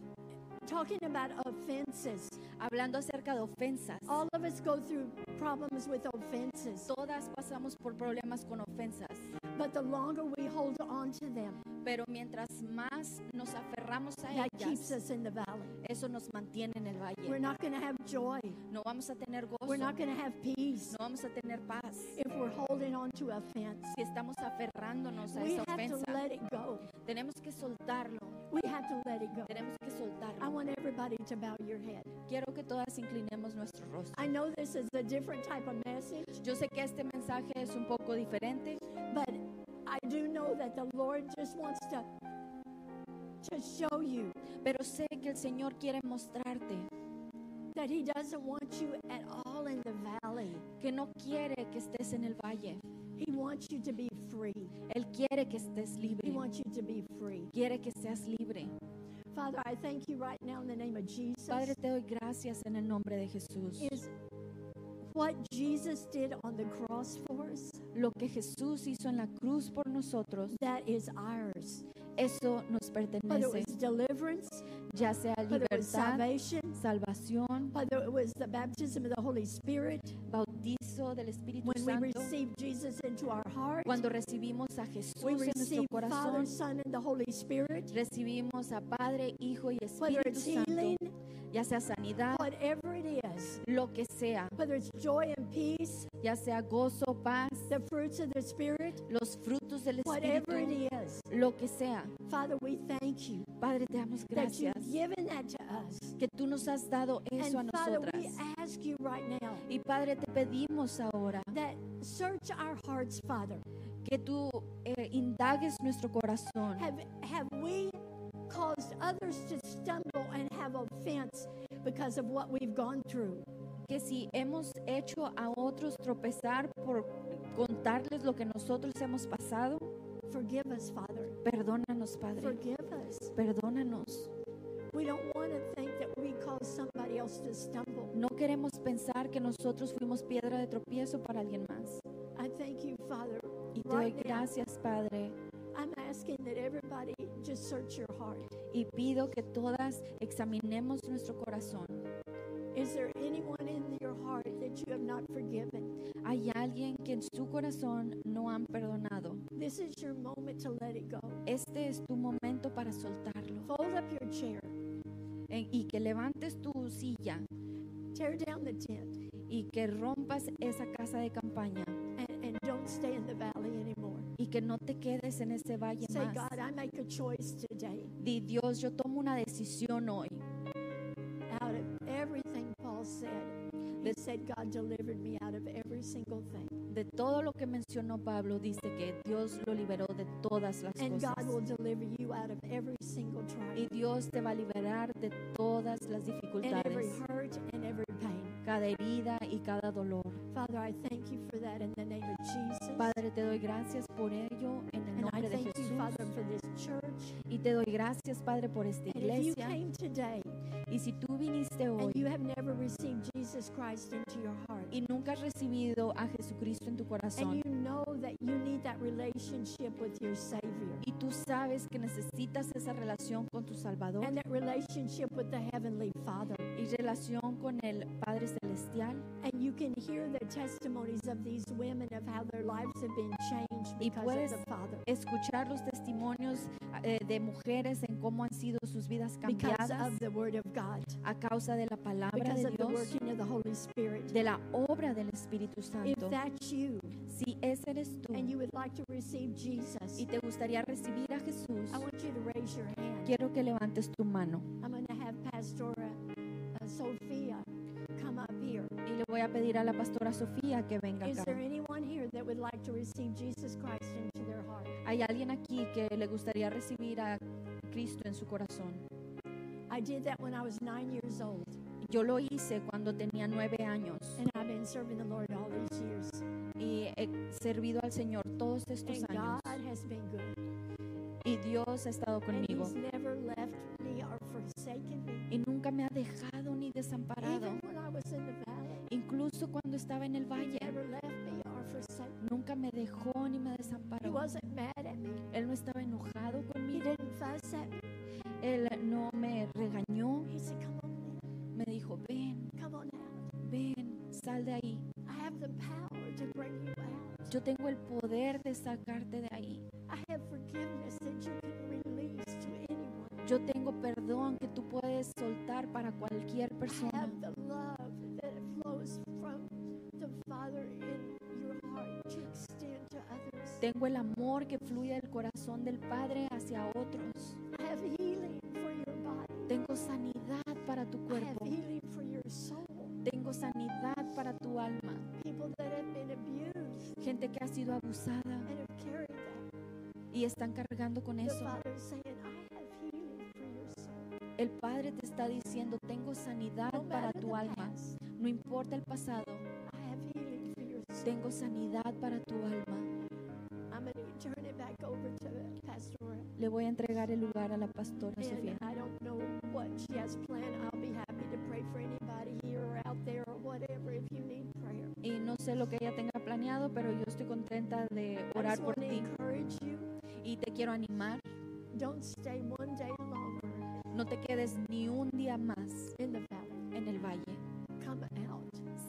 S4: Talking about offenses,
S3: Hablando acerca de ofensas.
S4: all of us go through problems with offenses,
S3: Todas pasamos por problemas con ofensas,
S4: but the longer we hold on to them,
S3: pero mientras más nos aferramos a
S4: that keeps
S3: ellas,
S4: us in the valley.
S3: eso nos mantiene en el
S4: We're
S3: valle.
S4: not going to have joy.
S3: No vamos a tener gozo,
S4: We're
S3: no
S4: not going to have peace
S3: vamos a tener paz
S4: if we're holding on to offense.
S3: si estamos aferrándonos a
S4: We
S3: esa
S4: have to
S3: ofensa.
S4: let it go.
S3: Tenemos que soltarlo,
S4: We have to let it go.
S3: tenemos que
S4: I
S3: soltarlo.
S4: want everybody to bow your head.
S3: Quiero que todas inclinemos nuestro rostro.
S4: I know this is a different type of message,
S3: Yo sé que este mensaje es un poco diferente,
S4: but I do know that the Lord just wants to to show you
S3: pero sé que el Señor quiere mostrarte
S4: that he doesn't want you at all in the valley.
S3: que no quiere que estés en el valle.
S4: He wants you to be free.
S3: Él quiere que estés
S4: He
S3: libre.
S4: wants you to be free.
S3: Quiere que seas libre.
S4: Father, I thank you right now in the name of Jesus.
S3: Padre, te doy gracias en el nombre de Jesús.
S4: is what Jesus did on the cross for us,
S3: Lo que Jesús hizo en la cruz por nosotros,
S4: that is ours.
S3: eso nos
S4: Whether it
S3: pertenece,
S4: was deliverance,
S3: ya sea
S4: whether it was
S3: libertad,
S4: salvation,
S3: salvación,
S4: whether it was the baptism of the Holy Spirit,
S3: bautizo del Espíritu
S4: when we
S3: Santo.
S4: receive Jesus into our heart,
S3: Cuando recibimos a
S4: we
S3: Jesús en nuestro
S4: receive Father,
S3: corazón,
S4: Son, and the Holy Spirit,
S3: recibimos a Padre, Hijo y
S4: whether
S3: Espíritu
S4: it's
S3: Santo,
S4: healing,
S3: ya sea sanidad,
S4: whatever it is,
S3: lo que sea,
S4: whether it's joy and peace,
S3: ya sea gozo, paz,
S4: the fruits of the Spirit,
S3: los frutos del
S4: whatever it
S3: Espíritu,
S4: is.
S3: lo que sea.
S4: Father, we thank you
S3: Padre, te damos
S4: that
S3: gracias
S4: you've given that to us.
S3: que tú nos has dado eso a
S4: And Father, we
S3: nosotras.
S4: ask you right now
S3: Y Padre, te pedimos ahora
S4: that search our hearts, Father.
S3: que tú eh, indagues nuestro corazón.
S4: Have have we caused others to stumble and have offense because of what we've gone through?
S3: Que si hemos hecho a otros tropezar por contarles lo que nosotros hemos pasado,
S4: Forgive us, Father.
S3: perdónanos, Padre.
S4: Forgive us.
S3: Perdónanos.
S4: We don't want to think that we caused somebody else to stumble.
S3: No queremos pensar que nosotros fuimos piedra de tropiezo para alguien más.
S4: I thank you, Father.
S3: Y te doy
S4: Right now,
S3: gracias, Padre.
S4: I'm asking that everybody just search your heart.
S3: Y pido que todas examinemos nuestro corazón.
S4: Is there anyone in your heart that you have not forgiven?
S3: Hay alguien que en su corazón no han perdonado.
S4: This is your moment to let it go.
S3: Este es tu momento para soltarlo.
S4: Fold up your chair.
S3: En- y que levantes tu silla
S4: Tear down the tent.
S3: y que rompas esa casa de campaña
S4: and, and don't stay in the valley anymore.
S3: y que no te quedes en ese valle
S4: Say,
S3: más.
S4: God, I make a choice today
S3: Di Dios, yo tomo una decisión hoy
S4: out of everything Paul said. He said, God delivered me out of every single thing.
S3: de todo lo que mencionó Pablo. Dice que Dios lo liberó de todas las
S4: And God will
S3: cosas
S4: deliver you out of every single
S3: y
S4: trial,
S3: Dios te va a liberar de todas las
S4: and every
S3: dificultades,
S4: hurt, and every pain.
S3: cada herida y cada dolor.
S4: Father, I thank you for that in the name of Jesus.
S3: Padre, te doy gracias por ello en el
S4: And I
S3: nombre de
S4: thank you,
S3: Jesús
S4: Father, for this church.
S3: y te doy gracias, Padre, por esta
S4: And if you
S3: iglesia.
S4: came today
S3: Y si tú viniste
S4: and
S3: hoy
S4: you have never received Jesus Christ into your heart,
S3: y nunca has recibido a Jesucristo en tu corazón
S4: and you know that you need that relationship with your Savior,
S3: y tú sabes que necesitas esa relación con tu Salvador
S4: and that relationship with the Heavenly Father.
S3: y relación con el Padre Celestial
S4: And you can hear the testimonies of these women of how their lives have been changed
S3: Y
S4: because
S3: puedes
S4: of the Father,
S3: escuchar los testimonios eh, de mujeres en cómo han sido sus vidas
S4: because
S3: cambiadas
S4: of the Word of God,
S3: a causa de la palabra
S4: because
S3: de
S4: of the
S3: Dios,
S4: working of the Holy Spirit.
S3: de la obra del Espíritu
S4: If
S3: Santo.
S4: that's you
S3: Si ese eres tú
S4: and you would like to receive Jesus,
S3: y te gustaría recibir a Jesús,
S4: I want you to raise your hand.
S3: quiero que levantes tu mano
S4: I'm going to have Pastora uh, Sophia come up here.
S3: y le voy a pedir a la pastora Sofía que venga
S4: Is
S3: acá.
S4: there anyone here that would like to receive Jesus Christ into their heart?
S3: Hay alguien aquí que le gustaría recibir a Cristo en su corazón.
S4: I did that when I was nine years old,
S3: Yo lo hice cuando tenía nueve años
S4: and I've been serving the Lord all these years.
S3: y he servido al Señor todos estos
S4: And
S3: años.
S4: God has been good.
S3: Y Dios ha estado
S4: And He
S3: conmigo
S4: He's never left me or forsaken me.
S3: y nunca me ha dejado ni desamparado.
S4: Even when I was in the valley,
S3: Incluso cuando estaba en el valle,
S4: He never left me or forsaken me.
S3: nunca me dejó ni me
S4: He
S3: desamparó.
S4: wasn't mad at me.
S3: Él no estaba enojado
S4: He
S3: conmigo,
S4: didn't fuss at me.
S3: él no me regañó,
S4: He said, Come on, in.
S3: me dijo, ven,
S4: come on out.
S3: ven, sal de ahí.
S4: I have the power to bring you out.
S3: Yo tengo el poder de sacarte de ahí.
S4: I have forgiveness that you can release to anyone.
S3: Yo tengo perdón que tú puedes soltar para cualquier
S4: I
S3: persona.
S4: have the love that flows from the Father in your heart to extend to others.
S3: Tengo el amor que fluye del corazón del Padre hacia otros.
S4: I have healing for your body.
S3: Tengo sanidad para tu
S4: I have
S3: cuerpo.
S4: healing for your soul.
S3: Tengo sanidad para tu alma.
S4: People that have been abused
S3: Gente que ha sido abusada
S4: and have carried that.
S3: y están cargando con
S4: The
S3: eso.
S4: Father is saying, I have healing for your soul.
S3: El Padre te está diciendo, tengo sanidad
S4: No
S3: para
S4: matter
S3: tu
S4: the
S3: alma.
S4: past,
S3: No importa el pasado,
S4: I have healing for your soul.
S3: tengo sanidad para tu alma.
S4: I'm going to turn it back over to Pastor Rhett.
S3: Le voy a entregar el lugar a la pastora Sofía.
S4: And I don't know what she has planned. I'll be happy to pray for anybody here or out there or whatever if you need prayer.
S3: Y no sé lo que ella tenga planeado, pero yo estoy contenta de
S4: I
S3: orar
S4: just
S3: por
S4: want to
S3: ti
S4: encourage you.
S3: y te quiero animar.
S4: Don't stay one day longer
S3: No te quedes ni un día más
S4: in the valley.
S3: en el valle.
S4: Come out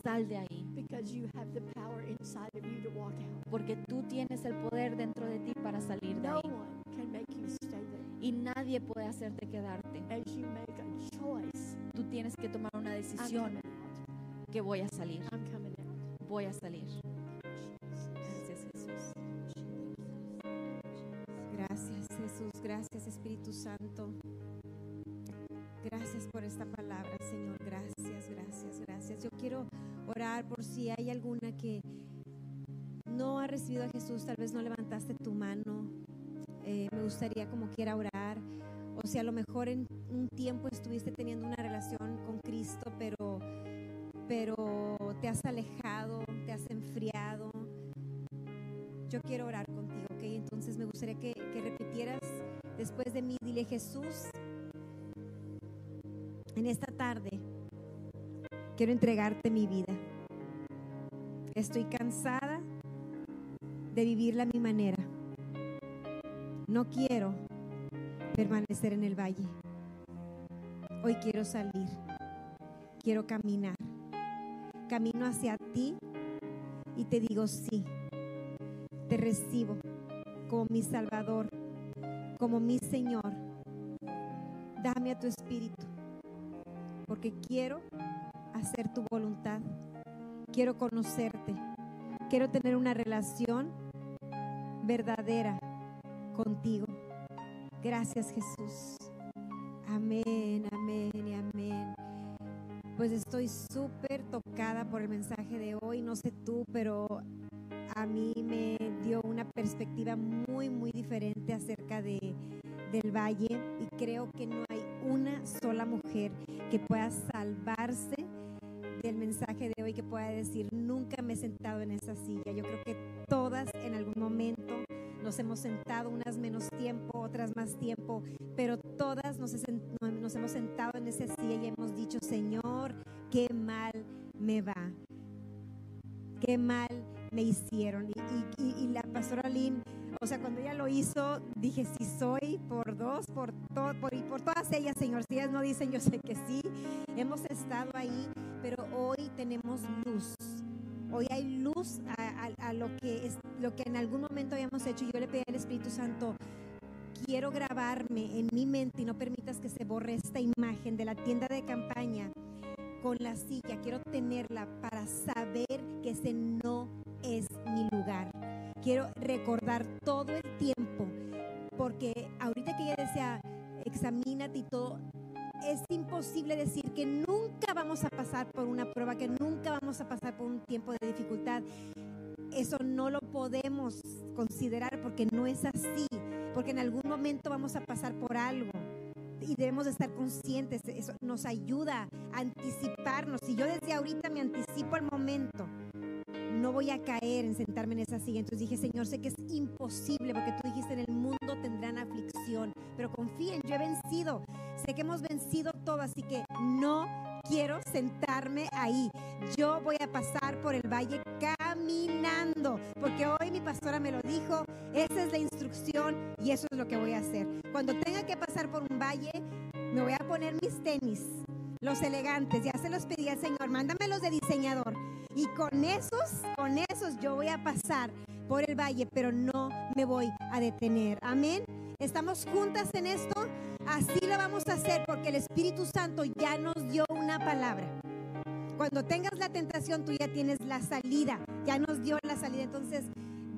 S3: Sal de ahí,
S4: because you have the power inside of you to walk out.
S3: porque tú tienes el poder dentro de ti para salir de
S4: No
S3: ahí.
S4: one can make you stay there.
S3: Y nadie puede hacerte quedarte.
S4: As you make a choice,
S3: Tú tienes que tomar una
S4: I'm
S3: decisión
S4: coming out.
S3: que voy a salir,
S4: I'm coming out.
S3: voy a salir.
S4: Jesus.
S3: Gracias Jesús.
S1: Gracias Jesús, gracias Espíritu Santo. Gracias por esta palabra, Señor. Gracias, gracias, gracias. Yo quiero orar por si hay alguna que no ha recibido a Jesús, tal vez no levantaste tu mano. Eh, me gustaría como quiera orar. O si a lo mejor en un tiempo estuviste teniendo una relación con Cristo, pero, pero te has alejado, te has enfriado. Yo quiero orar contigo, ¿ok? Entonces me gustaría que, que repitieras después de mí, dile Jesús, en esta tarde quiero entregarte mi vida. Estoy cansada de vivirla a mi manera. No quiero permanecer en el valle. Hoy quiero salir. Quiero caminar. Camino hacia ti y te digo sí. Te recibo como mi Salvador, como mi Señor. Dame a tu espíritu, porque quiero hacer tu voluntad. Quiero conocerte. Quiero tener una relación verdadera contigo. Gracias Jesús. Amén, amén y amén. Pues estoy súper tocada por el mensaje de hoy. No sé tú, pero a mí me dio una perspectiva muy, muy diferente acerca de, del valle y creo que no hay una sola mujer que pueda salvarse del mensaje de hoy, que pueda decir, nunca me he sentado en esa silla. Yo creo que todas en algún momento nos hemos sentado, unas menos tiempo, otras más tiempo, pero todas nos, he sen- nos hemos sentado en esa silla y hemos dicho, Señor, qué mal me va qué mal me hicieron. Y, y- y- y la pastora Lynn, o sea, cuando ella lo hizo, dije, sí soy, por dos, por, todo por, y por todas ellas, Señor. Si ellas no dicen, yo sé que sí. Hemos estado ahí, pero hoy tenemos luz. Hoy hay luz a, a- a lo, que es, lo que en algún momento habíamos hecho. Yo le pedí al Espíritu Santo, quiero grabarme en mi mente y no permitas que se borre esta imagen de la tienda de campaña con la silla, quiero tenerla para saber que ese no es mi lugar. Quiero recordar todo el tiempo, porque ahorita que ella decía, examínate y todo, es imposible decir que nunca vamos a pasar por una prueba, que nunca vamos a pasar por un tiempo de dificultad. Eso no lo podemos considerar porque no es así, porque en algún momento vamos a pasar por algo y debemos de estar conscientes. Eso nos ayuda a anticiparnos. Si yo desde ahorita me anticipo al momento, no voy a caer en sentarme en esa silla. Entonces dije, Señor, sé que es imposible porque tú dijiste, en el mundo tendrán aflicción, pero confíen, yo he vencido, sé que hemos vencido todo, así que no quiero sentarme ahí. Yo voy a pasar por el valle caminando, porque hoy mi pastora me lo dijo, esa es la instrucción y eso es lo que voy a hacer. Cuando tenga que pasar por un valle, me voy a poner mis tenis, los elegantes, ya se los pedí al Señor, mándamelos de diseñador. Y con esos, con esos yo voy a pasar por el valle, pero no me voy a detener. Amén. Estamos juntas en esto. Así lo vamos a hacer porque el Espíritu Santo ya nos dio una palabra. Cuando tengas la tentación, tú ya tienes la salida. Ya nos dio la salida. Entonces,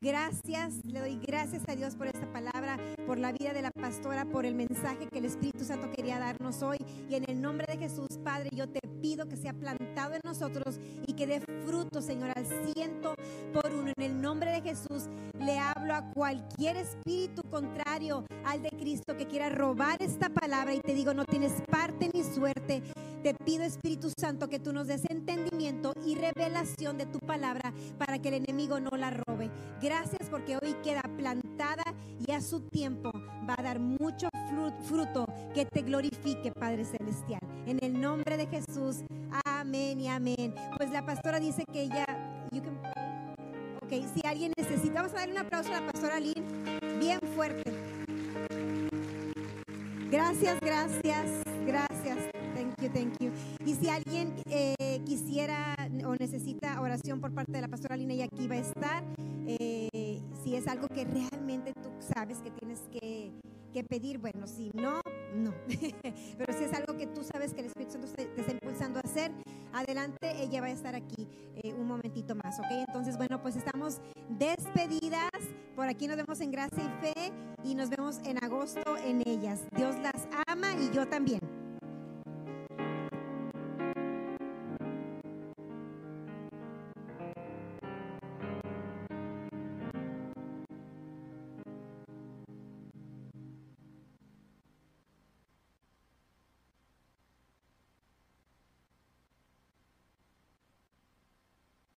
S1: gracias, le doy gracias a Dios por esta palabra, por la vida de la pastora, por el mensaje que el Espíritu Santo quería darnos hoy. Y en el nombre de Jesús, Padre, yo te pido que sea plantado en nosotros y que dé fruto, Señor, al ciento por uno. En el nombre de Jesús le hablo a cualquier espíritu contrario al de Cristo que quiera robar esta palabra y te digo, no tienes parte ni suerte. Te pido, Espíritu Santo, que tú nos des entendimiento y revelación de tu palabra para que el enemigo no la robe. Gracias porque hoy queda plantada y a su tiempo va a dar mucho fru- fruto que te glorifique, Padre Celestial. En el nombre de Jesús, amén y amén. Pues la pastora dice que ella... you can pray. Ok, si alguien necesita, vamos a darle un aplauso a la pastora Lynn, bien fuerte. Gracias, gracias, gracias. Thank you, thank you. Y si alguien eh, quisiera o necesita oración por parte de la pastora Lina, y aquí va a estar. Eh, si es algo que realmente tú sabes que tienes que, que pedir, bueno, si no, no. Pero si es algo que tú sabes que el Espíritu Santo te te está impulsando a hacer, adelante, ella va a estar aquí eh, un momentito más, ¿ok? Entonces, bueno, pues estamos despedidas. Por aquí nos vemos en Gracia y Fe y nos vemos en agosto en ellas. Dios las ama y yo también.